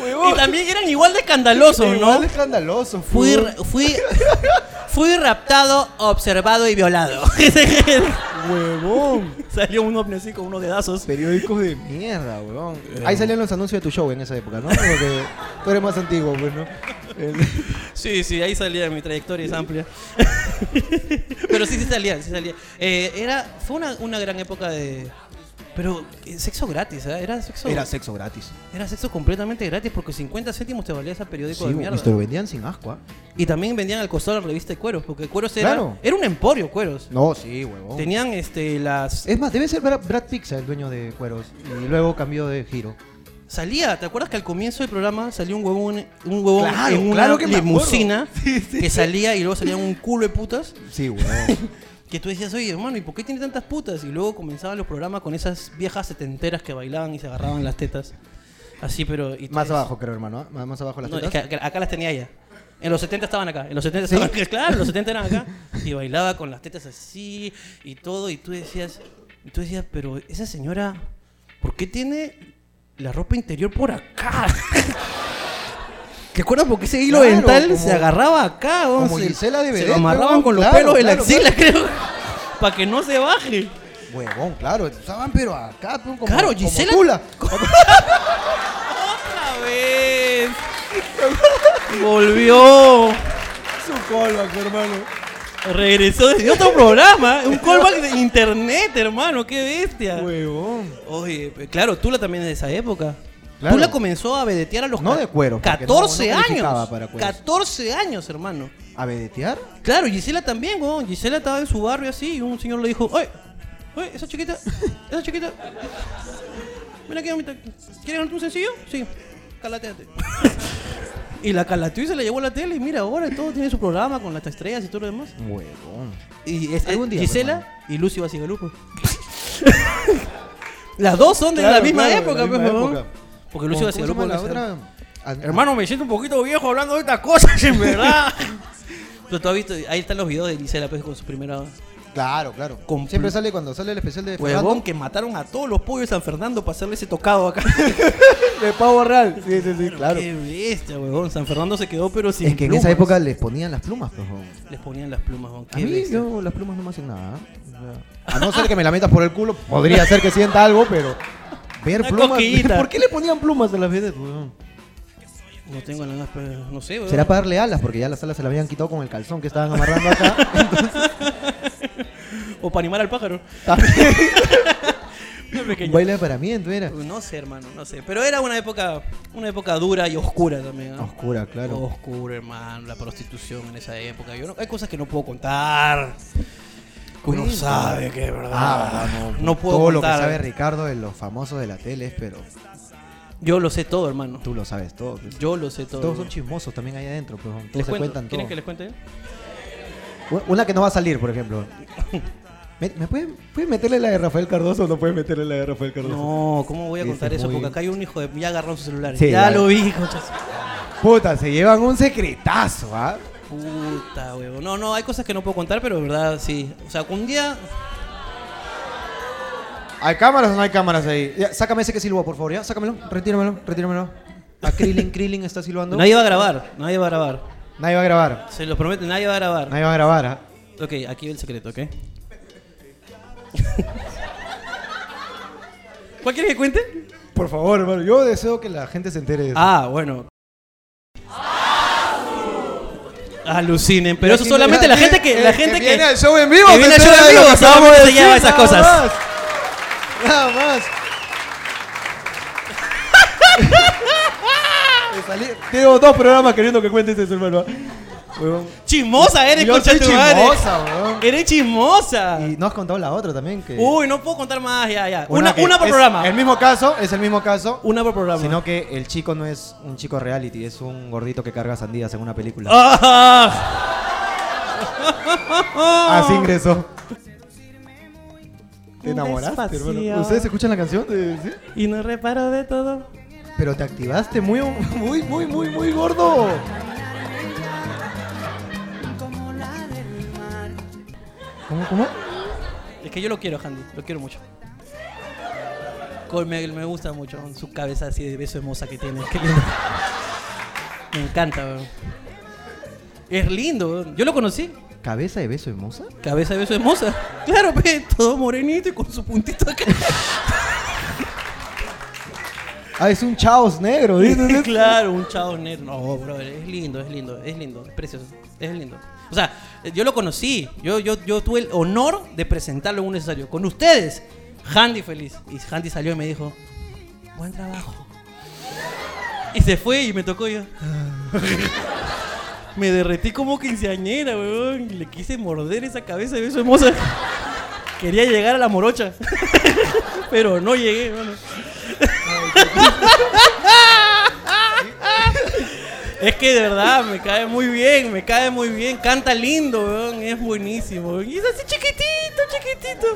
Speaker 1: y
Speaker 2: Weón.
Speaker 1: también eran igual de escandalosos, ¿no?
Speaker 2: Igual escandaloso.
Speaker 1: Fui,
Speaker 2: weón.
Speaker 1: fui, fui raptado, observado y violado. (laughs)
Speaker 2: Huevón.
Speaker 1: Salió un ovni así con unos dedazos.
Speaker 2: Periódicos de mierda, weón.
Speaker 1: Eh.
Speaker 2: Ahí salían los anuncios de tu show en esa época, ¿no? Porque tú eres más antiguo, pues, ¿no? El-
Speaker 1: Sí, sí, ahí salía, mi trayectoria es
Speaker 2: (laughs)
Speaker 1: amplia. Pero sí, sí salía, sí salía. Eh, era, fue una, una gran época de... Pero eh, sexo gratis, ¿ah? Era sexo
Speaker 2: Era sexo gratis.
Speaker 1: era sexo completamente gratis porque 50 céntimos te valía ese periódico
Speaker 2: Sí,
Speaker 1: de
Speaker 2: y
Speaker 1: mierda.
Speaker 2: te lo vendían sin asco, ¿ah?
Speaker 1: Y también vendían al costado la revista de cueros, porque cueros era...
Speaker 2: Claro.
Speaker 1: Era un emporio, cueros.
Speaker 2: No, sí, huevón.
Speaker 1: Tenían este, las...
Speaker 2: Es más, debe ser Brad, Brad Pixa el dueño de cueros. Y luego cambió de giro.
Speaker 1: Salía, ¿te acuerdas que al comienzo del programa salió un huevón, un huevón
Speaker 2: Claro,
Speaker 1: en una
Speaker 2: claro que me acuerdo. (laughs)
Speaker 1: limusina que salía y luego salían un culo de putas?
Speaker 2: Sí, huevón.
Speaker 1: Que tú decías, oye, hermano, ¿y por qué tiene tantas putas? Y luego comenzaban los programas con esas viejas setenteras que bailaban y se agarraban las tetas. Así, pero. y tú
Speaker 2: más
Speaker 1: dices,
Speaker 2: abajo, creo, hermano. ¿ah? Más, más abajo las
Speaker 1: No, es
Speaker 2: tetas.
Speaker 1: que acá- acá las tenía ella. En los 70 estaban acá. En los 70 estaban (laughs) acá. Claro, en los 70 eran
Speaker 2: (laughs)
Speaker 1: acá. Y bailaba con las tetas así y todo. Y tú decías, y tú decías, pero esa señora, ¿por qué tiene la ropa interior por acá? (laughs) ¿Te acuerdas por qué ese hilo
Speaker 2: Claro,
Speaker 1: dental
Speaker 2: como-
Speaker 1: se agarraba acá? weón?
Speaker 2: como
Speaker 1: se,
Speaker 2: Gisela de
Speaker 1: se lo
Speaker 2: Vedette,
Speaker 1: amarraban
Speaker 2: weón.
Speaker 1: con los
Speaker 2: Claro,
Speaker 1: pelos de la
Speaker 2: claro,
Speaker 1: axila, creo. (laughs) Para que no se baje.
Speaker 2: Huevón, claro. Estaban, pero acá, pues, como,
Speaker 1: Claro,
Speaker 2: como
Speaker 1: Gisela-
Speaker 2: tula.
Speaker 1: ¡Otra vez! (laughs) Volvió.
Speaker 2: Su callback, hermano.
Speaker 1: Regresó desde otro programa, un callback de internet, hermano, qué bestia. pues,
Speaker 2: Huevón.
Speaker 1: Oye, pe- claro, Tula también es de esa época.
Speaker 2: Claro.
Speaker 1: Tula comenzó a vedetear a los
Speaker 2: No
Speaker 1: ca-
Speaker 2: de cuero, porque no-
Speaker 1: 14
Speaker 2: no calificaba
Speaker 1: años.
Speaker 2: para cueros.
Speaker 1: 14 años, hermano.
Speaker 2: ¿A vedetear?
Speaker 1: Claro, Gisela también, weón. Gisela estaba en su barrio así y un señor le dijo, oye, oye, esa chiquita, esa chiquita. Ven aquí, mamita. ¿Quieres ganarte un sencillo? Sí. Calateate. (laughs) y la calateó y se la llevó a la tele. Y mira, ahora todo tiene su programa con las estrellas y todo lo demás.
Speaker 2: Huevón.
Speaker 1: Y es,
Speaker 2: Algún día,
Speaker 1: Gisela y Lucy Basigalupo. (laughs) Las dos son de
Speaker 3: Claro,
Speaker 1: la misma
Speaker 3: claro, de
Speaker 1: época,
Speaker 3: la misma
Speaker 1: pues, weón.
Speaker 3: época.
Speaker 1: Porque Lucy
Speaker 2: ¿Cómo se llama
Speaker 1: Basigalupo.
Speaker 2: la
Speaker 1: no sé.
Speaker 2: otra? Ah,
Speaker 1: Hermano, me siento un poquito viejo hablando de estas cosas, en verdad. (laughs) Pero tú has visto, ahí están los videos de Gisela pues, con su primera.
Speaker 2: Claro, claro.
Speaker 1: Compl-
Speaker 2: Siempre sale cuando sale el especial de
Speaker 1: Huevón, que mataron a todos los pollos de San Fernando para hacerle ese tocado (laughs) acá.
Speaker 3: De pavo real. Sí, sí, sí, claro.
Speaker 1: Qué bestia, huevón. San Fernando se quedó, pero sin.
Speaker 2: Es que en
Speaker 1: plumas.
Speaker 2: esa época les ponían las plumas, pues, huevón.
Speaker 1: Les ponían las plumas, huevón.
Speaker 2: A
Speaker 1: Qué
Speaker 2: mí
Speaker 1: bestia.
Speaker 2: yo, las plumas no me hacen nada. ¿eh? O sea, a no ser que me la metas por el culo, podría ser que sienta algo, pero ver
Speaker 1: Una
Speaker 2: plumas.
Speaker 1: cosquillita.
Speaker 2: ¿Por qué le ponían plumas a las vedettes? weón?
Speaker 1: No tengo nada, pero no sé, huevón.
Speaker 2: Será para darle alas, porque ya las alas se las habían quitado con el calzón que estaban amarrando acá.
Speaker 1: O para animar al pájaro. (laughs)
Speaker 2: También.
Speaker 1: Bien
Speaker 2: Un
Speaker 1: pequeño.
Speaker 2: baile para mí, era.
Speaker 1: No sé, hermano, no sé. Pero era una época, una época dura y oscura también. ¿no?
Speaker 2: Oscura, claro.
Speaker 1: Oscura, hermano, la prostitución en esa época. Yo no- hay cosas que no puedo contar. Que uno
Speaker 2: Cuenta.
Speaker 1: sabe que es verdad.
Speaker 2: Ah,
Speaker 1: no,
Speaker 2: pues,
Speaker 1: puedo
Speaker 2: Todo lo que
Speaker 1: contar.
Speaker 2: sabe Ricardo de los famosos de la tele, pero
Speaker 1: Yo lo sé todo, hermano.
Speaker 2: tú lo sabes todo. pues.
Speaker 1: Yo lo sé todo.
Speaker 2: Todos son chismosos también ahí adentro, pues, todos se
Speaker 1: ¿Les cuento?
Speaker 2: cuentan todo.
Speaker 1: ¿Quieren que les cuente?
Speaker 2: U- Una que no va a salir, por ejemplo. ¿Me, me pueden, pueden meterle la de Rafael Cardoso o no pueden meterle la de Rafael Cardoso?
Speaker 1: No, ¿cómo voy a
Speaker 2: Ese
Speaker 1: contar
Speaker 2: es
Speaker 1: eso?
Speaker 2: muy-
Speaker 1: Porque acá hay un hijo de... Ya agarraron su celular.
Speaker 2: Sí,
Speaker 1: ya
Speaker 2: ya.
Speaker 1: lo vi, conchas.
Speaker 2: Puta, se llevan un secretazo, ¿ah?
Speaker 1: Puta, huevo. No, no, hay cosas que no puedo contar, pero de verdad, sí. O sea, un día...
Speaker 2: ¿Hay cámaras o no hay cámaras ahí? Ya, sácame ese que silbó, por favor, ya, sácamelo, retíramelo, retíramelo. A Krillin, Krillin está silbando.
Speaker 1: Nadie va a grabar, nadie va a grabar.
Speaker 2: Nadie va a grabar,
Speaker 1: Se los prometo, nadie va a grabar.
Speaker 2: nadie va a grabar, ¿ah?
Speaker 1: Ok, aquí va el secreto,
Speaker 2: (laughs)
Speaker 1: ¿ok? ¿Cuál quieres que cuente?
Speaker 2: Por favor, hermano, yo deseo que la gente se entere de eso.
Speaker 1: Ah, bueno. Alucinen, pero
Speaker 2: Y
Speaker 1: eso
Speaker 2: aquí
Speaker 1: solamente
Speaker 2: no-
Speaker 1: la gente que.
Speaker 2: el
Speaker 1: La gente que,
Speaker 2: viene al show en vivo,
Speaker 1: que
Speaker 2: se
Speaker 1: viene al
Speaker 2: entera
Speaker 1: show en
Speaker 2: de lo
Speaker 1: vivo,
Speaker 2: que
Speaker 1: solamente
Speaker 2: acabamos de
Speaker 1: se lleva
Speaker 2: decir,
Speaker 1: esas
Speaker 2: nada
Speaker 1: cosas.
Speaker 2: más. Nada
Speaker 1: (laughs)
Speaker 2: más. Me salí- Tengo dos programas queriendo que cuentes eso, hermano. Huevón.
Speaker 1: Chismosa eres,
Speaker 2: Yo
Speaker 1: concha
Speaker 2: soy
Speaker 1: de tu madre.
Speaker 2: chismosa, weón.
Speaker 1: Eres chismosa.
Speaker 2: Y no has contado la otra también. Que
Speaker 1: Uy, no puedo contar más, ya, ya. Uh, Una,
Speaker 2: que
Speaker 1: una por
Speaker 2: es
Speaker 1: programa.
Speaker 2: El mismo caso, es el mismo caso.
Speaker 1: Una por programa.
Speaker 2: Sino que el chico no es un chico reality, es un gordito que carga sandías en una película.
Speaker 1: Ah. (laughs)
Speaker 2: Así ingresó. ¿Te
Speaker 1: Un
Speaker 2: enamoraste,
Speaker 1: despacio.
Speaker 2: hermano? ¿Ustedes escuchan la canción? de- sí?
Speaker 1: Y no reparo de todo.
Speaker 2: Pero te activaste muy, muy, muy, muy, muy gordo. ¿Cómo, cómo?
Speaker 1: Es que yo lo quiero, Handy. Lo quiero mucho. Con- Me, me gusta mucho con su cabeza así de beso hermosa que tiene. Qué lindo. Me encanta, weón. Es lindo, weón. Yo lo conocí.
Speaker 2: ¿Cabeza de beso hermosa?
Speaker 1: Cabeza de beso hermosa. Claro, pe, todo morenito y con su puntito acá.
Speaker 2: Ah, es un chaos negro. (laughs) dices.
Speaker 1: (laughs) claro, un chavo negro. No, brother, es lindo, es lindo, es lindo, es precioso, es lindo. O sea, yo lo conocí. Yo, yo, yo tuve el honor de presentarlo en un necesario. Con ustedes, Handy feliz. Y Handy salió y me dijo, buen trabajo. Y se fue y me tocó yo. me derretí como quinceañera, weón. y Le quise morder esa cabeza de beso hermosa. Quería llegar a la morocha. (laughs) Pero no llegué, hermano. Es que de verdad me cae muy bien, me cae muy bien. Canta lindo, weón, es buenísimo. weón. Y es así chiquitito, chiquitito.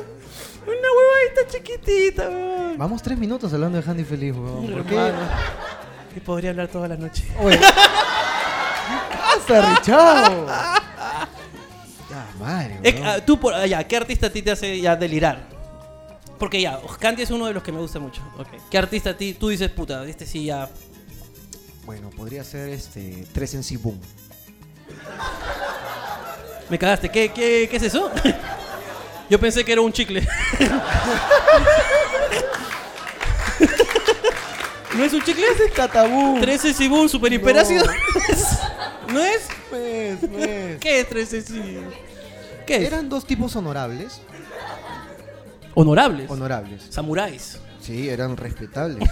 Speaker 1: Una huevadita chiquitita, weón.
Speaker 2: Vamos tres minutos hablando de Handy Feliz, weón. ¿Por qué? (laughs)
Speaker 1: Hermano, Y podría hablar toda la noche.
Speaker 2: Oye. ¿Qué pasa, (laughs) Richao? Ah, madre,
Speaker 1: Eh,
Speaker 2: weón.
Speaker 1: ah, tú, por, ah, ya, ¿qué artista a ti te hace ya delirar? Porque ya, Candy es uno de los que me gusta mucho. Okay. ¿Qué artista a ti tú dices, puta, este sí ya.
Speaker 2: Bueno, podría ser este. Tres en sí boom.
Speaker 1: Me cagaste, ¿qué, qué, qué es eso? (laughs) Yo pensé que era un chicle. (laughs) ¿No es un chicle?
Speaker 2: es catabú?
Speaker 1: 13 Sibun, super hiperácido. (laughs) ¿No es?
Speaker 2: Pues, pues.
Speaker 1: ¿Qué es 13 Sibun? ¿Qué es?
Speaker 2: (laughs) Eran dos tipos honorables.
Speaker 1: Honorables.
Speaker 2: Honorables.
Speaker 1: Samuráis.
Speaker 2: (laughs) Sí, eran respetables.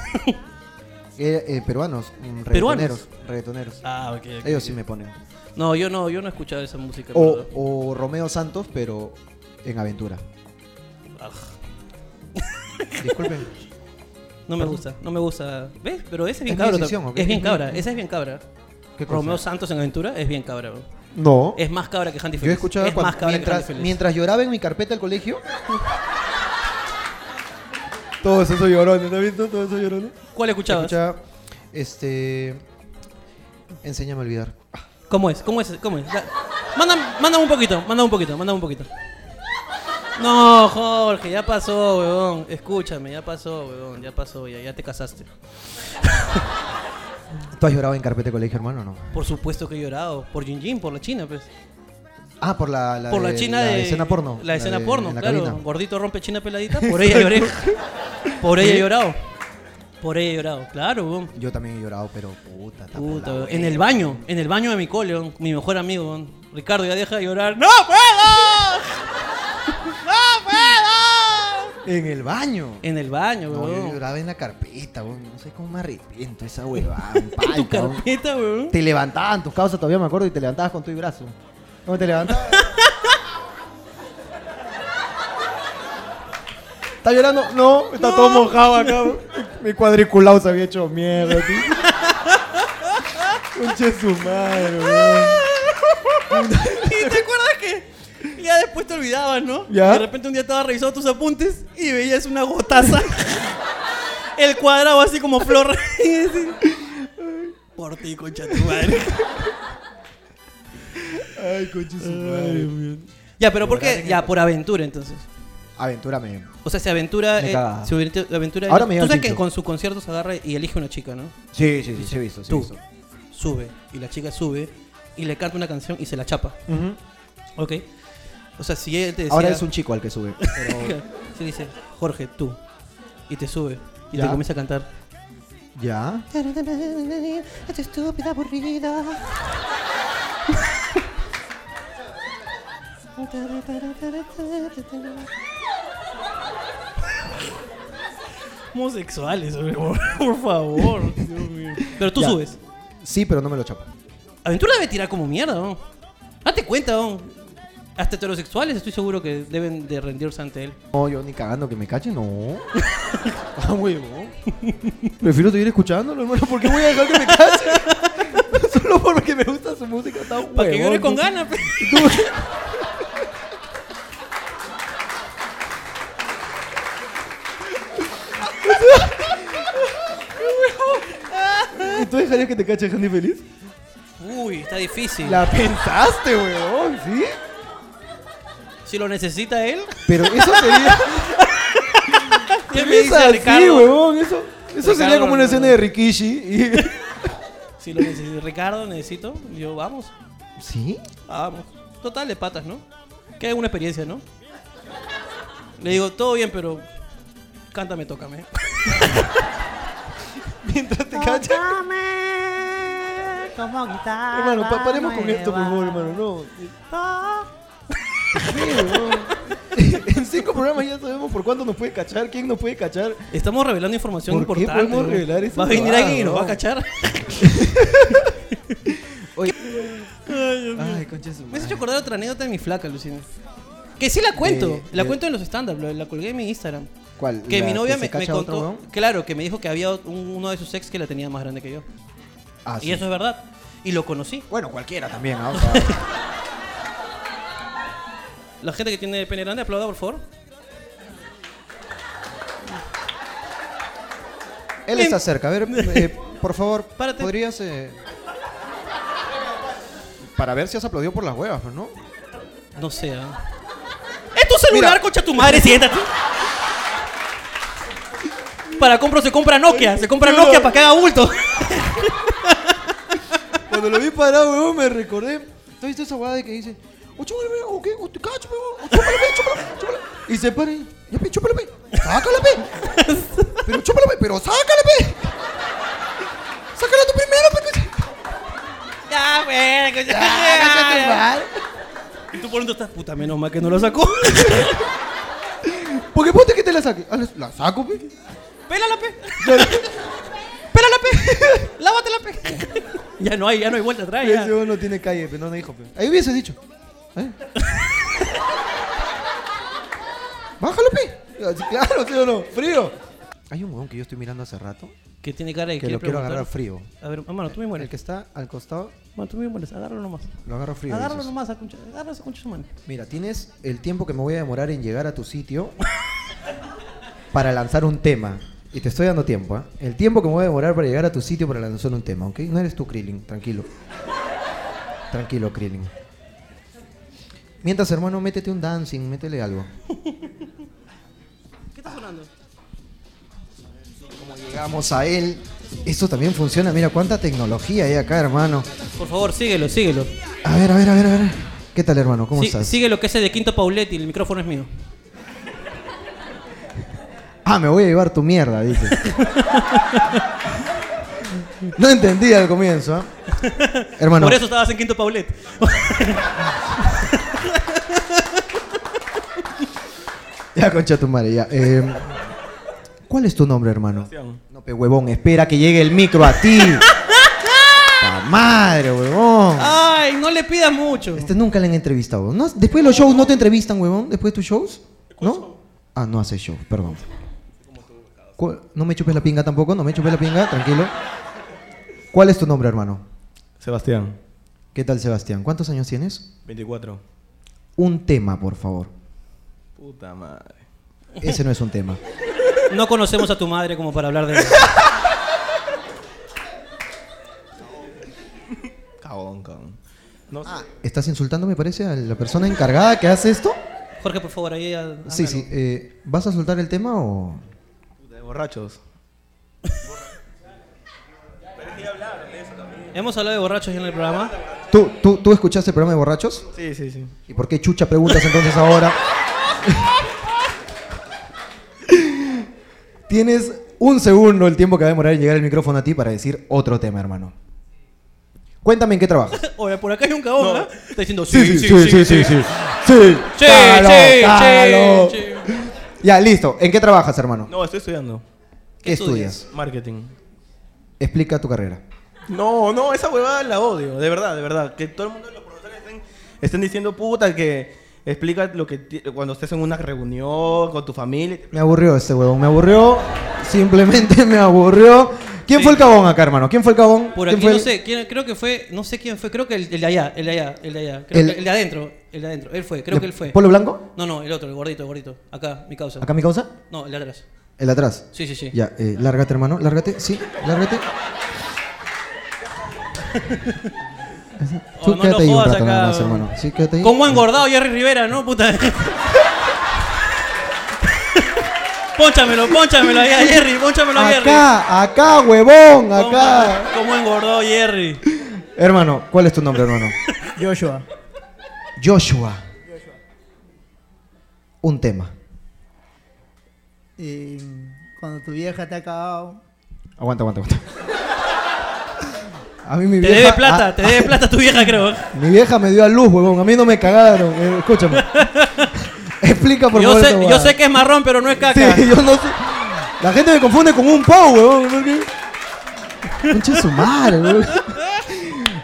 Speaker 2: Eh, eh, peruanos, mm,
Speaker 1: ¿Peruanos?
Speaker 2: reggaetoneros. reggaetoneros.
Speaker 1: Ah, ok. ok,
Speaker 2: Ellos
Speaker 1: ok.
Speaker 2: sí me ponen.
Speaker 1: No, yo no, yo no he escuchado esa música. en
Speaker 2: O,
Speaker 1: verdad.
Speaker 2: o Romeo Santos, pero en aventura.
Speaker 1: Aj,
Speaker 2: (laughs) Disculpen.
Speaker 1: no me gusta, no me gusta. ¿Ves? Pero ese es bien
Speaker 2: Es mi
Speaker 1: cabra. tam-
Speaker 2: decisión, ¿ok?
Speaker 1: Es bien
Speaker 2: Es mi-
Speaker 1: cabra, esa es bien cabra.
Speaker 2: ¿Qué cosa?
Speaker 1: Romeo Santos en Aventura es bien cabra. bro.
Speaker 2: No.
Speaker 1: Es más cabra que Handy Feliz.
Speaker 2: Yo escuchaba
Speaker 1: es
Speaker 2: cuando-
Speaker 1: más cabra
Speaker 2: mientras,
Speaker 1: que Handy Feliz.
Speaker 2: mientras lloraba en mi carpeta del colegio.
Speaker 3: Todos esos llorones, ¿no has visto? Todos esos llorones.
Speaker 1: ¿Cuál escuchabas?
Speaker 2: Escuchaba. Este. Enséñame a olvidar.
Speaker 1: ¿Cómo es? ¿Cómo es? ¿Cómo es? Da- Mándame, mándame un poquito, mándame un poquito, mándame un poquito. No, Jorge, ya pasó, weón. Escúchame, ya pasó, weón. Ya pasó, ya, ya te casaste.
Speaker 2: ¿Tú has llorado en carpeta de colegio, hermano, o no?
Speaker 1: Por supuesto que he llorado. Por Jin Jin, por la China, pues.
Speaker 2: Ah, por la, la
Speaker 1: por la
Speaker 2: de-
Speaker 1: China de.
Speaker 2: escena porno.
Speaker 1: La escena
Speaker 2: de-
Speaker 1: porno,
Speaker 2: en la
Speaker 1: claro.
Speaker 2: cabina.
Speaker 1: Gordito rompe China peladita.
Speaker 2: (laughs)
Speaker 1: Por ella lloré. Por ella he llorado. Por ella he llorado, claro, weón.
Speaker 2: Yo también he llorado, pero puta, está por
Speaker 1: Puta,
Speaker 2: la
Speaker 1: weón.
Speaker 2: wea.
Speaker 1: en el baño, en el baño de mi cole, weón. mi mejor amigo, weón. Ricardo, ya deja de llorar. ¡No puedo! ¡No puedo!
Speaker 2: En el baño.
Speaker 1: En el baño,
Speaker 2: No, yo
Speaker 1: weón.
Speaker 2: lloraba en la carpeta, weón. No sé cómo me arrepiento de esa huevada. un
Speaker 1: En tu
Speaker 2: palta, weón.
Speaker 1: carpeta, weón.
Speaker 2: Te levantaban tus causas, todavía me acuerdo, y te levantabas con tu brazo. ¿Cómo te levantabas?
Speaker 3: ¿Está llorando? No, está todo mojado acá. Mi cuadriculado se había hecho mierda, tío. Conche su madre, weón.
Speaker 1: ¿Y te acuerdas que ya después te olvidabas, no?
Speaker 3: Ya.
Speaker 1: De repente un día estabas revisando tus apuntes y veías una gotaza. el cuadrado así como flor. (laughs) Y así, Por ti, concha tu madre.
Speaker 3: Ay, conche su madre.
Speaker 1: Ya, pero ¿por qué? Ya, por aventura entonces.
Speaker 2: Aventúrame.
Speaker 1: O sea, se aventura.
Speaker 2: Me
Speaker 1: eh,
Speaker 2: cagaba.
Speaker 1: se aventu- aventura
Speaker 2: Ahora me
Speaker 1: Tú
Speaker 2: llevan
Speaker 1: sabes que
Speaker 2: cincho.
Speaker 1: con sus conciertos agarra y elige una chica, ¿no?
Speaker 2: Sí, sí, sí, sí, he visto, sí, he
Speaker 1: Tú
Speaker 2: visto.
Speaker 1: sube y la chica sube y le canta una canción y se la chapa. Ok. O sea, si él te decía.
Speaker 2: Ahora es un chico al que sube.
Speaker 1: (laughs)
Speaker 2: pero-
Speaker 1: Si dice, Jorge, tú. Y te sube. Y te
Speaker 2: Ya.
Speaker 1: comienza a cantar.
Speaker 2: ¿Ya?
Speaker 1: Esta estúpida aburrida. Homosexuales, por por favor. Dios mío. Pero tú
Speaker 2: Ya.
Speaker 1: subes.
Speaker 2: Sí, pero no me lo chapa.
Speaker 1: Aventura debe tirar como mierda, ¿no? Date cuenta, ¿no? Hasta heterosexuales estoy seguro que deben de rendirse ante él.
Speaker 2: No, yo ni cagando que me cache, no. ah, huevón. Prefiero seguir escuchándolo, hermano. ¿Por qué voy a dejar que me cache? (laughs) Solo porque me gusta su música tan huevón.
Speaker 1: Para que llore con
Speaker 2: tú.
Speaker 1: ganas. pe. (laughs)
Speaker 3: ¿Y tú dejarías que te cache Handy Feliz?
Speaker 1: Uy, está difícil.
Speaker 3: La pensaste, weón, ¿sí?
Speaker 1: Si lo necesita él,
Speaker 2: Pero eso
Speaker 1: (laughs)
Speaker 2: sería...
Speaker 1: ya me
Speaker 3: Es
Speaker 1: dice
Speaker 3: así,
Speaker 1: Ricardo.
Speaker 3: huevón, eso. Eso sería
Speaker 1: Ricardo,
Speaker 3: como una
Speaker 1: no.
Speaker 3: escena de Rikishi y
Speaker 1: Si lo necesita Ricardo, necesito. Yo, vamos.
Speaker 2: (laughs) ¿Sí?
Speaker 1: Vamos. Total de patas, ¿no? Que es una experiencia, ¿no? Le digo, todo bien, pero cántame, tócame.
Speaker 3: mientras te cacha. Hermano,
Speaker 5: Ah,
Speaker 3: pa- paremos con esto, por favor, hermano.
Speaker 2: (laughs)
Speaker 3: No. Sí, huevón. en cinco programas ya sabemos por cuánto nos puede cachar, quién nos puede cachar.
Speaker 1: Estamos revelando información
Speaker 2: ¿Por qué
Speaker 1: importante.
Speaker 2: podemos
Speaker 1: ¿no?
Speaker 2: revelar esa
Speaker 1: Va a venir
Speaker 2: huevada,
Speaker 1: alguien y nos
Speaker 2: no?
Speaker 1: va a cachar.
Speaker 2: Oye.
Speaker 1: Ay, Dios mío.
Speaker 2: Ay, concha de su
Speaker 1: Me has
Speaker 2: madre.
Speaker 1: hecho acordar otra anécdota de mi flaca, Lucina. Que sí la cuento.
Speaker 2: De-
Speaker 1: la
Speaker 2: de-
Speaker 1: cuento en los stand-up, la la colgué en mi Instagram.
Speaker 2: ¿Cuál?
Speaker 1: Que
Speaker 2: ¿La
Speaker 1: mi novia
Speaker 2: se
Speaker 1: me, me
Speaker 2: cacha a otro
Speaker 1: contó,
Speaker 2: huevón?
Speaker 1: claro, que me dijo que había un- uno de sus ex que la tenía más grande que yo.
Speaker 2: Ah,
Speaker 1: Y
Speaker 2: sí.
Speaker 1: eso es verdad. Y lo conocí.
Speaker 2: Bueno, cualquiera también, ¿ah?
Speaker 1: (laughs)
Speaker 2: O sea,
Speaker 1: La gente que tiene pene grande, aplauda, por favor.
Speaker 2: él está cerca. A ver, eh, por favor,
Speaker 1: Párate.
Speaker 2: podrías... eh, Para ver si has aplaudido por las huevas, pero no.
Speaker 1: No sé. ¿ah? ¡Es tu celular,
Speaker 2: Mira.
Speaker 1: concha tu madre! ¡Siéntate! Para compro se compra Nokia. Se compra Nokia para que haga (laughs) bulto.
Speaker 2: Cuando lo vi parado, weón, me recordé. ¿Tú viste esa huevada de que dice... O chúpale, pe, o qué, o te cacho, pe, o chúpale, pe, chúpale, chúpale. Y se para y... Ya, pe, chúpale, pe. Sácala, pe. Pero chúpale, pe, pero sácala, pe. Sácala tú primero, pe.
Speaker 1: ya, güey, concha-
Speaker 2: Sácala,
Speaker 1: Y tú por dentro estás, puta, menos mal que no lo (laughs) sacó.
Speaker 2: Porque ponte que te la saque. Ah, La la saco, pe.
Speaker 1: Pélala, pe. Pélala, pe.
Speaker 2: (laughs) pe.
Speaker 1: Ya no hay, ya no hay vuelta atrás. ya.
Speaker 3: Ese huevón no tiene calle, pero no me dijo. pe.
Speaker 2: Ahí hubiese dicho. ¿eh? Bájalo, pe. Así, Claro, sí o no. Frío. Hay un huevón que yo estoy mirando hace rato
Speaker 1: Que tiene cara de
Speaker 2: que
Speaker 1: quiere
Speaker 2: lo quiero agarrar
Speaker 1: preguntar.
Speaker 2: frío.
Speaker 1: A ver, hermano, tú me
Speaker 2: El
Speaker 1: mueres.
Speaker 2: que está al costado,
Speaker 1: Mano, tú me mueres. Agárralo nomás.
Speaker 2: lo agarro frío.
Speaker 1: Agárralo
Speaker 2: dices.
Speaker 1: nomás, a concha- agárralo ese concha su mano.
Speaker 2: Mira, tienes el tiempo que me voy a demorar en llegar a tu sitio (laughs) para lanzar un tema. Y te estoy dando tiempo, ¿ah? El tiempo que me voy a demorar para llegar a tu sitio para lanzar un tema, ¿ok? No eres tú, Krillin, tranquilo. Tranquilo, Krillin. Mientras, hermano, métete un dancing, métele algo.
Speaker 1: ¿Qué está sonando?
Speaker 2: Como llegamos a él, esto también funciona. Mira cuánta tecnología hay acá, hermano.
Speaker 1: Por favor, síguelo, síguelo.
Speaker 2: A ver, a ver, a ver, a ver. ¿Qué tal, hermano? ¿Cómo
Speaker 1: Sí,
Speaker 2: estás?
Speaker 1: Síguelo, que ese de Quinto Pauletti. El micrófono es mío.
Speaker 2: Ah, me voy a llevar tu mierda, dice. No entendía al comienzo, ¿ah? Hermano,
Speaker 1: Por eso estabas en Quinto Pauletti.
Speaker 2: ya concha tu madre, ya. Eh, ¿Cuál es tu nombre, hermano? No, pe huevón, espera que llegue el micro a
Speaker 1: (laughs)
Speaker 2: ti. ¡Ta madre, huevón!
Speaker 1: Ay, no le pidas mucho.
Speaker 2: Este nunca le han entrevistado. ¿no? Después de los shows no te entrevistan, huevón. Después de tus shows, ¿no? Ah, no haces shows, perdón. ¿Cuál- No me chupes la pinga tampoco, no me chupes la pinga, tranquilo. ¿Cuál es tu nombre, hermano?
Speaker 3: Sebastián,
Speaker 2: ¿Qué tal, Sebastián? ¿Cuántos años tienes?
Speaker 3: 24.
Speaker 2: Un tema, por favor.
Speaker 3: Puta madre.
Speaker 2: Ese no es un tema.
Speaker 1: No conocemos a tu madre como para hablar de
Speaker 3: Cabón, cabón.
Speaker 2: ¿Estás insultando, me parece, a la persona encargada que hace esto?
Speaker 1: Jorge, por favor, ahí. ah,
Speaker 2: Sí,
Speaker 1: hágalo.
Speaker 2: sí. eh, ¿Vas a soltar el tema o...?
Speaker 3: de borrachos.
Speaker 1: Hemos hablado de borrachos ya en el programa.
Speaker 2: ¿Tú, tú, ¿Tú escuchaste el programa de borrachos?
Speaker 3: Sí, sí, sí.
Speaker 2: ¿Y por qué chucha preguntas entonces (laughs) ahora? Tienes un segundo el tiempo que va a demorar en llegar el micrófono a ti para decir otro tema, hermano. Cuéntame en qué trabajas.
Speaker 1: Oye, por acá hay un cabón, ¿verdad? Está diciendo sí,
Speaker 3: Sí, sí, sí, sí, sí. Sí, sí.
Speaker 1: Sí,
Speaker 2: Calo,
Speaker 1: sí,
Speaker 2: calo.
Speaker 1: sí, sí.
Speaker 2: Ya, listo. ¿En qué trabajas, hermano?
Speaker 3: No, estoy estudiando.
Speaker 2: ¿Qué estudias?
Speaker 3: Marketing.
Speaker 2: Explica tu carrera.
Speaker 3: No, no, esa huevada la odio, de verdad, de verdad. Que todo el mundo, los profesores estén, estén diciendo, puta, que explica lo que ti- cuando estés en una reunión con tu familia.
Speaker 2: Me aburrió este huevón, me aburrió. Simplemente (laughs) me aburrió. ¿Quién fue el cabón acá, hermano? ¿Quién fue el cabón?
Speaker 1: Por
Speaker 2: ¿Quién
Speaker 1: aquí
Speaker 2: fue
Speaker 1: no
Speaker 2: el-
Speaker 1: sé, quién- creo que fue, no sé quién fue, creo que el, el de allá, el de allá, el de allá. Creo
Speaker 2: El-
Speaker 1: que el de adentro, el de adentro. Él fue, creo
Speaker 2: ¿De
Speaker 1: que él fue.
Speaker 2: ¿Polo Blanco?
Speaker 1: No, no, el otro, el gordito, el gordito. Acá, mi causa.
Speaker 2: ¿Acá mi causa?
Speaker 1: No, el de atrás.
Speaker 2: El de atrás.
Speaker 1: Sí, sí, sí.
Speaker 2: Ya, eh, lárgate, hermano, lárgate, sí, lárgate.
Speaker 1: Oh,
Speaker 2: Tú
Speaker 1: no
Speaker 2: quédate
Speaker 1: lo
Speaker 2: ahí un
Speaker 1: jodas
Speaker 2: rato nada
Speaker 1: acá,
Speaker 2: más,
Speaker 1: weón.
Speaker 2: hermano. Sí, quédate ahí.
Speaker 1: ¿Cómo ha engordado Jerry Rivera, no, puta? (laughs) pónchamelo, pónchamelo ahí a Jerry, pónchamelo a Jerry.
Speaker 2: Acá, acá, huevón,
Speaker 1: ¿Cómo-
Speaker 2: acá.
Speaker 1: ¿Cómo engordó Jerry?
Speaker 2: Hermano, ¿cuál es tu
Speaker 1: (laughs)
Speaker 2: nombre, hermano?
Speaker 5: Joshua,
Speaker 2: Joshua. Un tema.
Speaker 5: eh, cuando tu vieja te ha cagado,
Speaker 2: Aguanta, aguanta, aguanta. A mí mi
Speaker 1: Te
Speaker 2: vieja. ah,
Speaker 1: debe plata,
Speaker 2: a-
Speaker 1: te debe plata tu vieja, creo.
Speaker 2: Mi vieja me dio a luz, huevón. A mí no me cagaron.
Speaker 1: (laughs)
Speaker 2: eh, escúchame. Explica (laughs) por
Speaker 1: Yo
Speaker 2: favor. esta
Speaker 1: sé, yo
Speaker 2: huevada.
Speaker 1: sé que es marrón, pero no es caca. (laughs)
Speaker 2: Sí, yo no sé. La gente me confunde con un Pau, weón. ¿no? ¿Qué? Concha de su madre, weón.